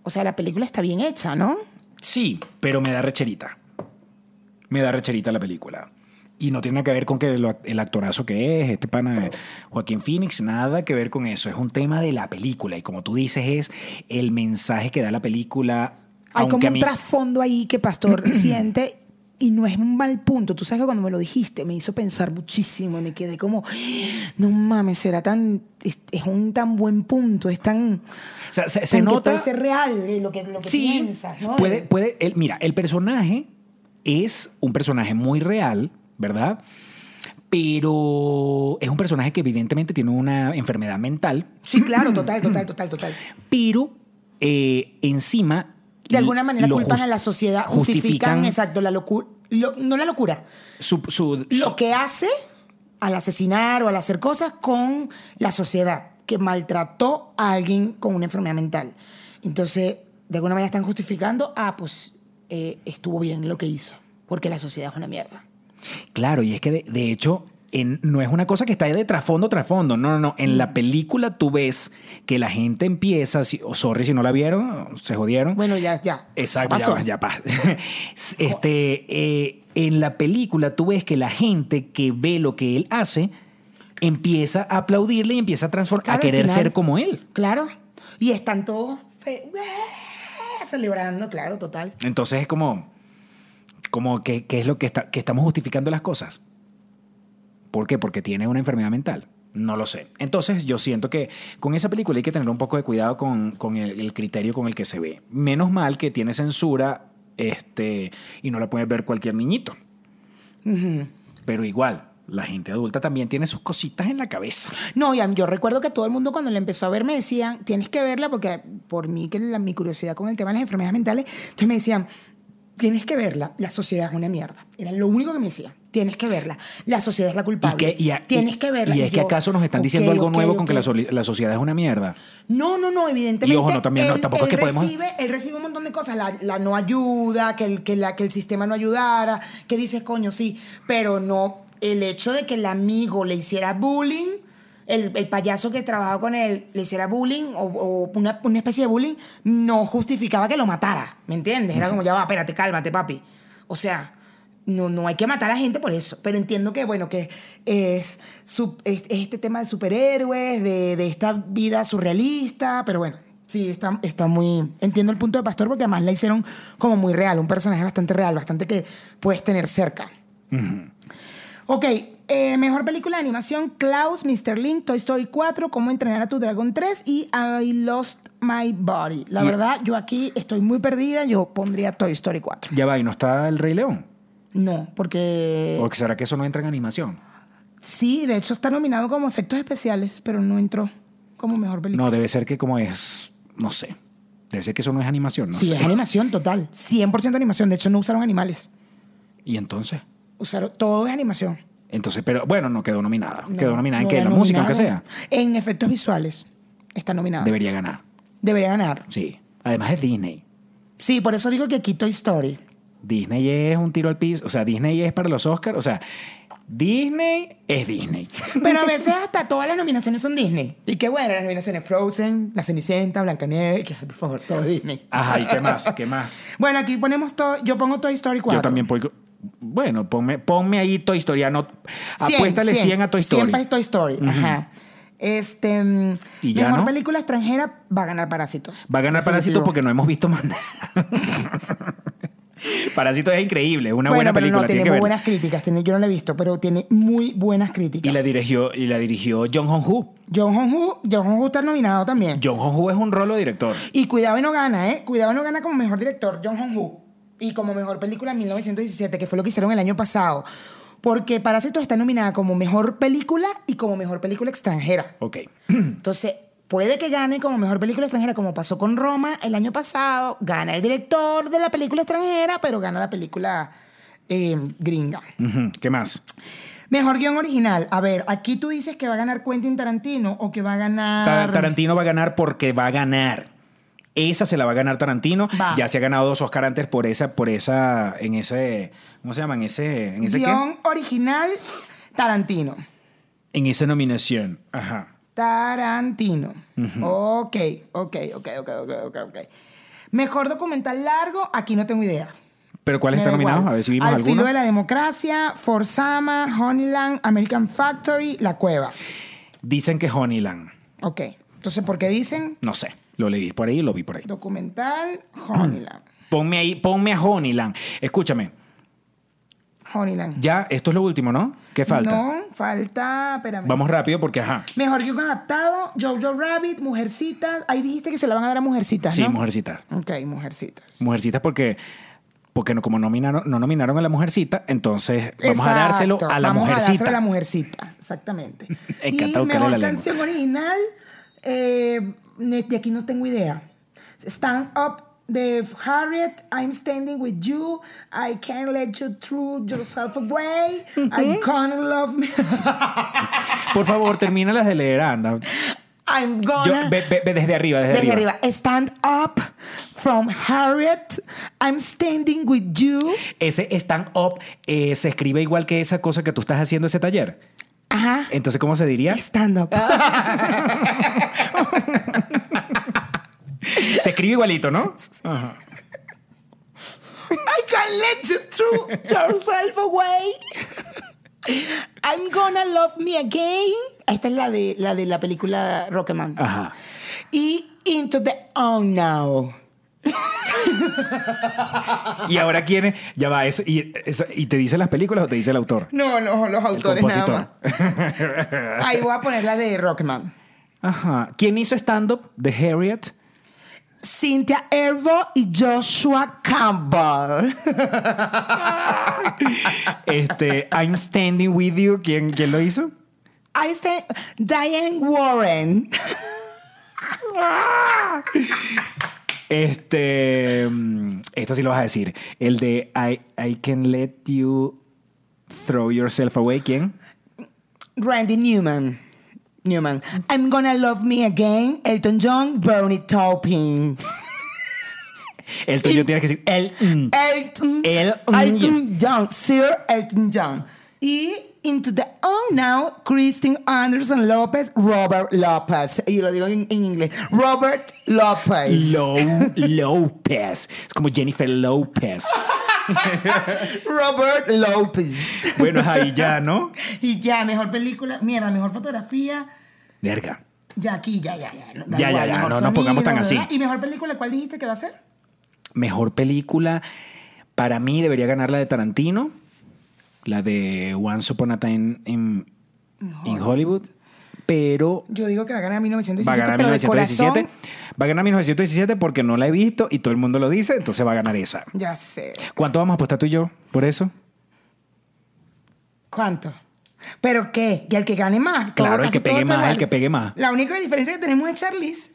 O sea, la película está bien hecha, ¿no? Sí, pero me da recherita. Me da recherita la película. Y no tiene nada que ver con que lo- el actorazo que es, este pana de Joaquín Phoenix, nada que ver con eso. Es un tema de la película. Y como tú dices, es el mensaje que da la película. Hay aunque como a un mí- trasfondo ahí que Pastor siente y no es un mal punto. Tú sabes que cuando me lo dijiste me hizo pensar muchísimo y me quedé como, no mames, será tan, es, es un tan buen punto, es tan, O sea, se, se tan que nota. puede ser real eh, lo que, lo que piensas, ¿no? Puede, Eh, puede, el- mira, el personaje es un personaje muy real, ¿verdad? Pero es un personaje que evidentemente tiene una enfermedad mental, Sí, claro, total, total, total, total. pero eh, encima... De alguna manera lo culpan jus- a la sociedad, justifican, exacto, la locura, no la locura, su- su- lo que hace al asesinar o al hacer cosas con la sociedad que maltrató a alguien con una enfermedad mental. Entonces, de alguna manera están justificando, ah, pues eh, estuvo bien lo que hizo, porque la sociedad es una mierda. Claro, y es que de, de hecho en- no es una cosa que está de trasfondo trasfondo. No, no, no. En Mm. la película tú ves que la gente empieza, si, oh, sorry si no la vieron, se jodieron. Bueno, ya, ya. Exacto, pasó. Oh. ya, ya pasa. este, eh, en la película tú ves que la gente que ve lo que él hace empieza a aplaudirle y empieza a transformar, Claro, a al querer final. ser como él. Claro. Y están todos fe- celebrando, claro, total. Entonces es como, como que, que es lo que, está, que estamos justificando las cosas. ¿Por qué? Porque tiene una enfermedad mental. No lo sé. Entonces yo siento que con esa película hay que tener un poco de cuidado con, con el, el criterio con el que se ve. Menos mal que tiene censura este, y no la puede ver cualquier niñito. Pero igual, la gente adulta también tiene sus cositas en la cabeza. No, y a mí- yo recuerdo que todo el mundo cuando la empezó a ver me decían, tienes que verla, porque por mí, que la- mi curiosidad con el tema de las enfermedades mentales, entonces me decían, tienes que verla, la sociedad es una mierda. Era lo único que me decían. Tienes que verla. La sociedad es la culpable. Y que- y a- Tienes y- que verla. Y es que yo, acaso nos están diciendo ok, algo ok, nuevo con que la, ok. soli- la sociedad es una mierda. No, no, no, evidentemente. Y ojo, no, también no, él- tampoco es él que podemos- Recibe, él recibe un montón de cosas, la, la no ayuda, que el, que, la, que el sistema no ayudara, que dices, coño, sí, pero no, el hecho de que el amigo le hiciera bullying, el, el payaso que trabajaba con él le hiciera bullying o, o una, una especie de bullying, no justificaba que lo matara, ¿me entiendes? Era como, ya va, espérate, cálmate, papi. O sea, no, no hay que matar a la gente por eso. Pero entiendo que, bueno, que es, su- es- es este tema de superhéroes, de, de esta vida surrealista, pero bueno, sí, está, está muy... Entiendo el punto de Pastor porque además la hicieron como muy real, un personaje bastante real, bastante que puedes tener cerca. Ok, eh, mejor película de animación, Klaus, Mr. Link, Toy Story 4, Cómo entrenar a tu dragón 3 y I Lost My Body. La Y- verdad, yo aquí estoy muy perdida, yo pondría Toy Story 4. Ya va, y no está el Rey León. No, porque... ¿O será que eso no entra en animación? Sí, de hecho está nominado como efectos especiales, pero no entró como mejor película. No, debe ser que como es, no sé. Debe ser que eso no es animación, no sí, sé. es animación total. 100% animación. De hecho, no usaron animales. Y entonces, Usaron, todo es animación. entonces, pero bueno, no quedó nominada. No, quedó nominada en no qué, la en la música, aunque sea. nominaron. En efectos visuales está nominado. Debería, Debería ganar, ganar. sí. Además es Disney. Sí, por eso digo que aquí Toy Story. Disney es un tiro al piso, o sea, Disney es para los Oscars, o sea, Disney es Disney. Pero a veces hasta todas las nominaciones son Disney. Y qué bueno, las nominaciones Frozen, La Cenicienta, Blancanieves, que por favor, todo Disney. Ajá, ¿y qué más? ¿Qué más? Bueno, aquí ponemos todo, yo pongo Toy Story 4. Yo también pongo. Bueno, ponme, ponme ahí Toy Story. ano- 100, apuéstale 100, a Toy 100 Story. para Toy Story, ajá. Este, mm, Y ya, mejor ¿no? película extranjera va a ganar Parásitos. Va a ganar Parásitos Definitivo. porque no hemos visto más nada. Parásitos es increíble, una bueno, buena pero película. no, tiene tiene que muy verla. buenas críticas. tiene- yo no la he visto, pero tiene muy buenas críticas. Y la dirigió, y la dirigió John Hong Hu. John Hong-Hu John Hong-Hu está nominado también. John Hong Hu es un rolo director. Y cuidado y no gana, ¿eh? Cuidado y no gana como mejor director John Hong-Hu. Y como mejor película en 1917, que fue lo que hicieron el año pasado. Porque Parásitos está nominada como mejor película y como mejor película extranjera. Ok. Entonces, puede que gane como mejor película extranjera, como pasó con Roma el año pasado. Gana el director de la película extranjera, pero gana la película eh, gringa. Ujú, ¿Qué más? Mejor guión original. A ver, aquí tú dices que va a ganar Quentin Tarantino o que va a ganar. Ta- Tarantino va a ganar porque va a ganar. Esa se la va a ganar Tarantino. Va. Ya se ha ganado dos Oscar antes por esa, por esa, en ese, ¿cómo se llama? En ese, en ese qué? Guión original Tarantino. En esa nominación. Ajá. Tarantino. Ok, ok, ok, ok, ok, ok, ok. Mejor documental largo, aquí no tengo idea. ¿Pero cuál Me está da nominado? igual. A ver si vimos Al alguno. filo de la democracia, Forzama, Honeyland, American Factory, La Cueva. Dicen que Honeyland. Ok. Entonces, ¿por qué dicen No sé. Lo leí por ahí y lo vi por ahí. documental Honeyland? Ponme ahí, ponme a Honeyland. Escúchame. Honeyland. Ya, esto es lo último, ¿no? ¿Qué falta? No, falta... Espérame. Vamos rápido porque, ajá. Mejor guión adaptado, Jojo Rabbit, Mujercitas. Ahí dijiste que se la van a dar a Mujercitas, Sí, ¿Ah, ¿no? Mujercitas. Ok, Mujercitas. Mujercitas porque, porque no, como nominaron, no nominaron a la Mujercita, entonces vamos a dárselo Exacto, a la vamos Mujercita. a dárselo a la Mujercita, exactamente. Me y encanta mejor buscarle la lengua. canción original, eh, ne- de aquí no tengo idea. Stand Up de Harriet, I'm Standing With You, I Can't Let You Through Yourself Away, I Gonna Love Me, Por favor, termina las de leer, anda. I'm Yo, Gonna... ve, ve- ve desde arriba, desde, Desde arriba. Stand Up from Harriet, I'm Standing With You. Ese stand-up eh, se escribe igual que esa cosa que tú estás haciendo ese taller. Ajá, Entonces, ¿cómo se diría? Stand Up. Ah. Se escribe igualito, ¿no? I can let you through yourself away. I'm gonna love me again. Esta es la de Ah. la de la película Rocketman. Ajá. Y Into the Oh Now. y ahora quién ya va, es- y, es- y te dice las películas o te dice el autor. No, no, los El autores nada más. compositor. Ahí voy a poner la de Rockman. Ajá. ¿Quién hizo stand-up de Harriet? Cynthia Ervo y Joshua Campbell. Este, I'm Standing With You, ¿quién, quién lo hizo? Ahí está Diane Warren. Este, mm, esto sí lo vas a decir. El de I, I Can Let You Throw Yourself Away, ¿quién? Randy Newman. Newman. I'm gonna love me again. Elton John, Bernie Taupin. El tuyo tienes que decir el... mm. Elton, Elton Elton John. Sir Elton John. Y Into the On Now, Christine Anderson López, Robert López. Y lo digo en, en inglés. Robert López. Low, López. Es como Jennifer López. Robert López. Bueno, es ahí ya, ¿no? Y ya, mejor película. Mierda, mejor fotografía. Verga. Ya aquí, ya, ya, ya. no, Ya, da ya, igual, ya, mejor no nos pongamos tan así. ¿Y mejor película cuál dijiste que va a ser? Mejor película, para mí debería ganar la de Tarantino, la de Once Upon a Time in, in Hollywood, pero Yo digo que va a ganar va a 1917, ganar pero de 1917. corazón. Va a ganar 1917 porque no la he visto y todo el mundo lo dice, entonces va a ganar esa. Ya sé. ¿Cuánto vamos a apostar tú y yo por eso? ¿Cuánto? ¿Pero qué? ¿Y el que gane más? Todo, Claro, el casi que pegue todo está más, el igual. que pegue más. La única diferencia que tenemos es Charlize.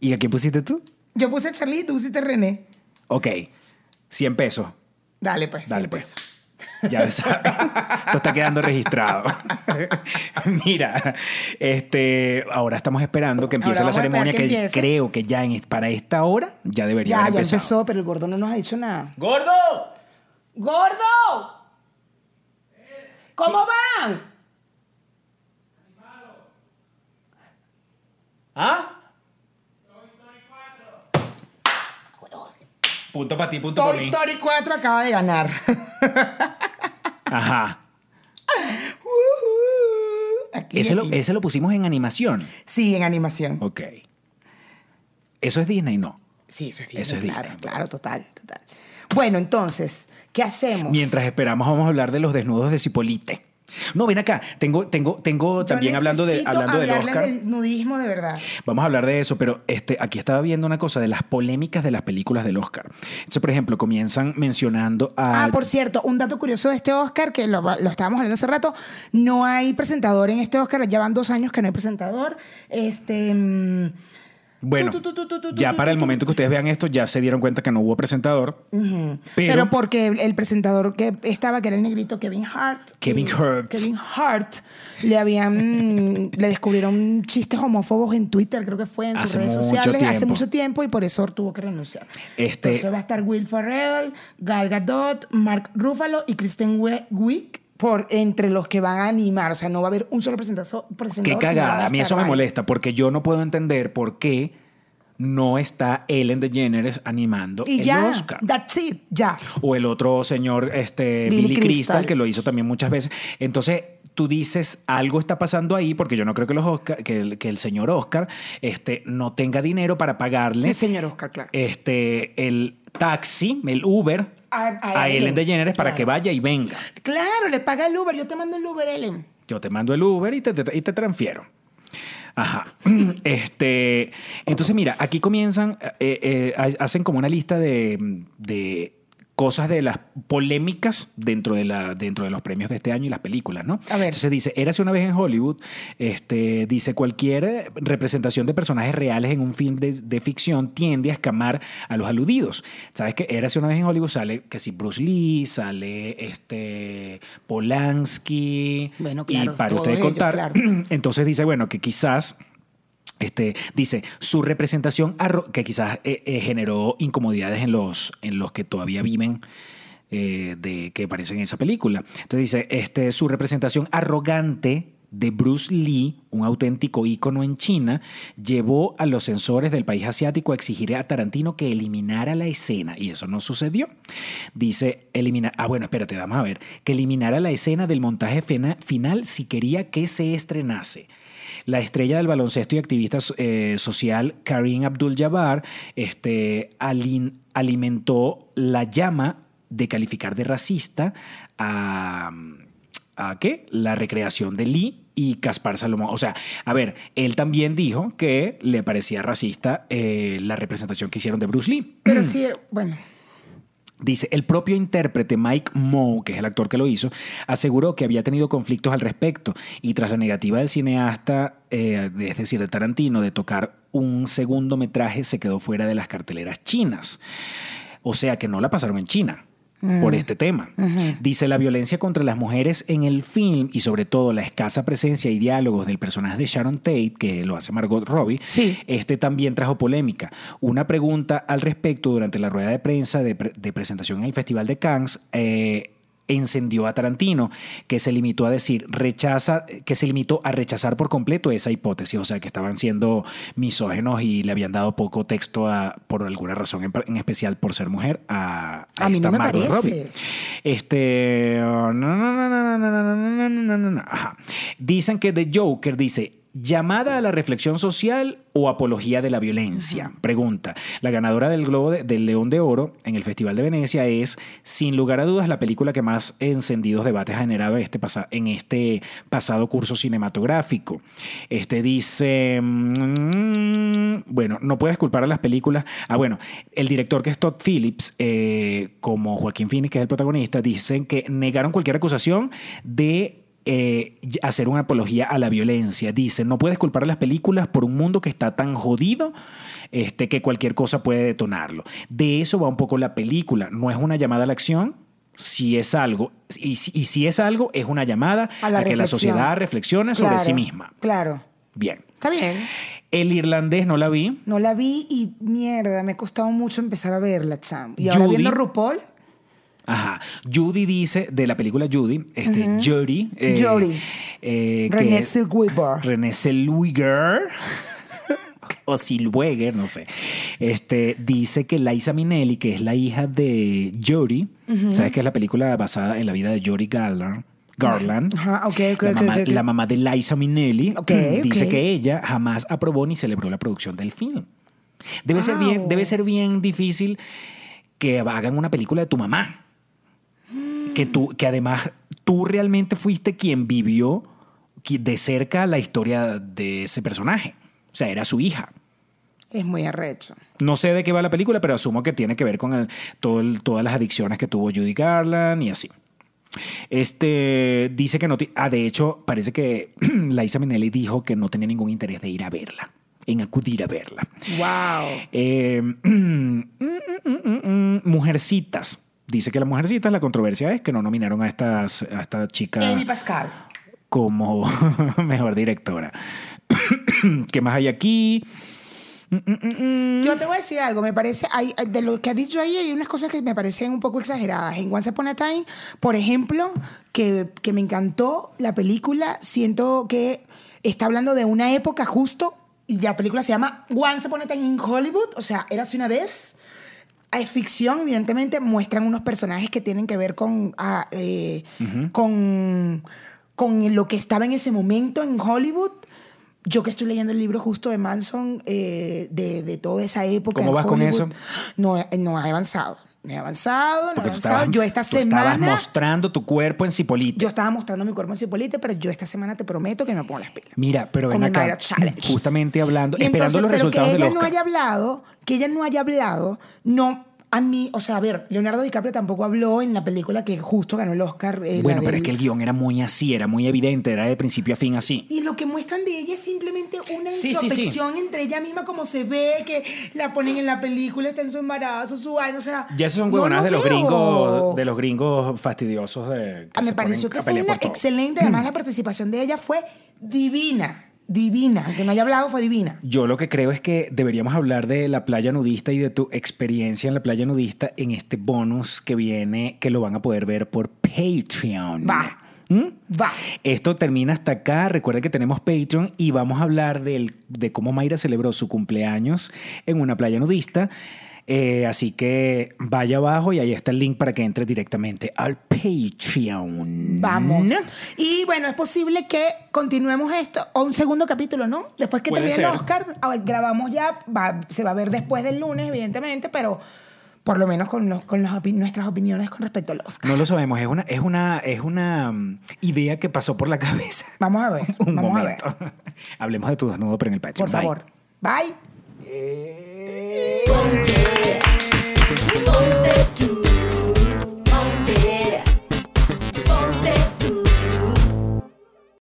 ¿Y a quién pusiste tú? Yo puse a Charlize y tú pusiste a René. Ok, 100 pesos. Dale, pues. Dale, sí, pues. Ya lo sabes. Esto está quedando registrado. Mira, este, ahora estamos esperando que empiece la Ahora vamos a esperar ceremonia que que, empiece. creo que ya en, para esta hora ya debería Ya, haber ya empezado. empezó, pero el gordo no nos ha dicho nada. ¡Gordo! ¡Gordo! ¿Cómo van? ¿Ah? Punto para ti, punto Toy para mí. Story 4 acaba de ganar. Ajá. Ujú. Aquí, Ese lo, aquí. ese lo pusimos en animación. Sí, en animación. Ok. Eso es Disney, no. Sí, eso es Disney. Eso es claro, Disney. claro, total, total. Bueno, entonces, ¿qué hacemos? Mientras esperamos, vamos a hablar de los desnudos de Cipolite. No, ven acá. Tengo, tengo, tengo Yo también hablando de, necesito hablando del hablarles Oscar. del nudismo de verdad. Vamos a hablar de eso, pero este, aquí estaba viendo una cosa de las polémicas de las películas del Oscar. Entonces, por ejemplo, comienzan mencionando a. Ah, por cierto, un dato curioso de este Oscar, que lo, lo estábamos hablando hace rato, no hay presentador en este Oscar, ya van dos años que no hay presentador. Este, mm, bueno, tu, tu, tu, tu, tu, ya tu, para tu, el tu. momento que ustedes vean esto, ya se dieron cuenta que no hubo presentador. pero, Pero, porque el presentador que estaba, que era el negrito Kevin Hart. Kevin y- Hart. Kevin Hart, le habían, le descubrieron chistes homófobos en Twitter, creo que fue en sus Hace redes mucho sociales hace tiempo. mucho tiempo y por eso tuvo que renunciar. Este- Entonces va a estar Will Ferrell, Gal Gadot, Mark Ruffalo y Kristen We- Wiig por entre los que van a animar, o sea, no va a haber un solo presentazo- qué presentador. sino van cagada. A mí estar eso me varios. molesta, porque yo no puedo entender por qué no está Ellen DeGeneres animando Y el ya, Oscar. that's it, ya. o el otro señor, este, Billy Billy, Crystal, Crystal. que lo hizo también muchas veces. Entonces, tú dices, algo está pasando ahí, porque yo no creo que, los Oscar- que, el, que el señor Oscar este, no tenga dinero para pagarle El señor Oscar, claro. este, el taxi, el Uber, A- a, a Ellen, Ellen DeGeneres para claro. que vaya y venga. Claro, le paga el Uber, yo te mando el Uber, Ellen. Yo te mando el Uber y te, te- y te transfiero. Ajá. Este, entonces, mira, aquí comienzan, eh, eh, ha- hacen como una lista de, de cosas de las polémicas dentro de, la, dentro de los premios de este año y las películas, ¿no? A ver. Entonces dice, érase una vez en Hollywood, este, dice, cualquier eh, representación de personajes reales en un film de, de ficción tiende a escamar a los aludidos. ¿Sabes que Érase una vez en Hollywood sale que si Bruce Lee, sale este, Polanski, Bueno, y claro, para todo usted ello, contar, claro. entonces dice, bueno, que quizás, este, dice, su representación, arro- que quizás eh, eh, generó incomodidades en los, en los que todavía viven. eh, de que aparecen en esa película. Entonces dice, este, su representación arrogante de Bruce Lee, un auténtico ícono en China, llevó a los censores del país asiático a exigir a Tarantino que eliminara la escena y eso no sucedió. Dice, eliminar, ah bueno, espérate, vamos a ver, que eliminara la escena del montaje fena- final si quería que se estrenase. la estrella del baloncesto y activista eh, social Karim Abdul-Jabbar este, alin- alimentó la llama de calificar de racista a, a qué? La recreación de Lee y Caspar Salomón. O sea, a ver, él también dijo que le parecía racista eh, la representación que hicieron de Bruce Lee. Pero sí, bueno. Dice, el propio intérprete Mike Moe, que es el actor que lo hizo, aseguró que había tenido conflictos al respecto y tras la negativa del cineasta, eh, de- es decir, de Tarantino, de tocar un segundo metraje, se quedó fuera de las carteleras chinas. O sea que no la pasaron en China por este tema. Dice, la violencia contra las mujeres en el film y sobre todo la escasa presencia y diálogos del personaje de Sharon Tate, que lo hace Margot Robbie, Sí. este también trajo polémica. Una pregunta al respecto durante la rueda de prensa de, pre- de presentación en el Festival de Cannes. eh, encendió a Tarantino, que se limitó a decir, rechaza, que se limitó a rechazar por completo esa hipótesis, o sea, que estaban siendo misógenos y le habían dado poco texto a- por alguna razón en, par- en especial por ser mujer a, a A mí esta no me Margot parece. Robbie. Este. oh, no, no, no, no, no, no, no, no, no, no, no. Ajá. Dicen que The Joker dice. ¿Llamada a la reflexión social o apología de la violencia? Pregunta. La ganadora del Globo de- del León de Oro en el Festival de Venecia es, sin lugar a dudas, la película que más encendidos debates ha generado este pasa- en este pasado curso cinematográfico. Este dice, mm, bueno, no puedes culpar a las películas. Ah, bueno, el director que es Todd Phillips, eh, como Joaquín Phoenix, que es el protagonista, dicen que negaron cualquier acusación de eh, y- hacer una apología a la violencia. Dicen, no puedes culpar a las películas por un mundo que está tan jodido este, que cualquier cosa puede detonarlo. De eso va un poco la película. No es una llamada a la acción. Si es algo, y si, y si es algo, es una llamada A a, la que la reflexión. sociedad reflexione sobre claro, sí misma. Claro. Bien. Está bien. El irlandés no la vi. No la vi y mierda, me ha costado mucho empezar a verla, chamo. Y ahora Judy. viendo RuPaul, Ajá. Judy dice, de la película Judy, este, Judy. Judy. eh, que- Renée Zellweger. Renée Zellweger. o Silweger, no sé. Este, dice que Liza Minnelli, que es la hija de Judy, ¿sabes que es la película basada en la vida de Judy Garland? Garland. Ajá, ok, ok, la, ok, mamá, ok, ok. la mamá de Liza Minnelli Ok, dice ok. que ella jamás aprobó ni celebró la producción del film. Debe, ser bien, Wow. debe ser bien difícil que hagan una película de tu mamá. Que, tú, que además tú realmente fuiste quien vivió qui- de cerca la historia de ese personaje. O sea, era su hija. es muy arrecho. No sé de qué va la película, pero asumo que tiene que ver con el- todo el- todas las adicciones que tuvo Judy Garland y así. Este dice que no. ti- Ah, de hecho, parece que Liza Minnelli dijo que no tenía ningún interés de ir a verla, en acudir a verla. Wow. Eh, mm, mm, mm, mm, mujercitas. Dice que las mujercitas, la controversia es que no nominaron a, estas, a esta chica Amy Pascal. como mejor directora. ¿Qué más hay aquí? Yo te voy a decir algo, me parece, hay, hay- de lo que ha dicho ahí, hay unas cosas que me parecen un poco exageradas. En Once Upon a Time, por ejemplo, que, que me encantó la película, siento que está hablando de una época justo, y la película se llama Once Upon a Time in Hollywood, o sea, era hace una vez. Es ficción, evidentemente, muestran unos personajes que tienen que ver con, ah, eh, con, con lo que estaba en ese momento en Hollywood. Yo que estoy leyendo el libro justo de Manson, eh, de, de toda esa época. ¿Cómo en vas con Hollywood, eso? No, he- no he avanzado. No he avanzado, no he Porque tú avanzado. estabas, yo esta tú estabas semana. mostrando tu cuerpo en Cipolite. Yo estaba mostrando mi cuerpo en Cipolite, pero yo esta semana te prometo que me pongo las pilas. Mira, pero ven Como el acá, Naira Challenge. justamente hablando, Y esperando entonces, los pero resultados que del ella no Oscar. haya hablado, que ella no haya hablado, no a mí, o sea, a ver, Leonardo DiCaprio tampoco habló en la película que justo ganó el Oscar. eh, la Bueno, pero del- es que el guión era muy así, era muy evidente, era de principio a fin así. Y lo que muestran de ella es simplemente una Sí, sí, sí. introspección entre ella misma, como se ve, que la ponen en la película, está en su embarazo, su vaina, o sea. Ya esos son no huevonadas de los veo. gringos, de los gringos fastidiosos de. que Ah, me se ponen pareció que a fue pelear una por todo. excelente, además la participación de ella fue divina, divina, aunque no haya hablado fue divina. Yo lo que creo es que deberíamos hablar de la playa nudista y de tu experiencia en la playa nudista en este bonus que viene, que lo van a poder ver por Patreon. Va. ¿Mm? Va. Esto termina hasta acá. Recuerden que tenemos Patreon y vamos a hablar del- de cómo Mayra celebró su cumpleaños en una playa nudista. Eh, así que vaya abajo y ahí está el link para que entre directamente al Patreon. Vamos. Y bueno, es posible que continuemos esto o un segundo capítulo, ¿no? Después que Puede termine el ser. Oscar, a ver, grabamos ya, va- se va a ver después del lunes, evidentemente, pero por lo menos con, los- con los opi- nuestras opiniones con respecto al Oscar. No lo sabemos, es una, es una, es una mm, idea que pasó por la cabeza. Vamos a ver, Un vamos momento. Hablemos de tu desnudo, pero en el a ver. Por Patreon. Bye. favor. Bye. Eh,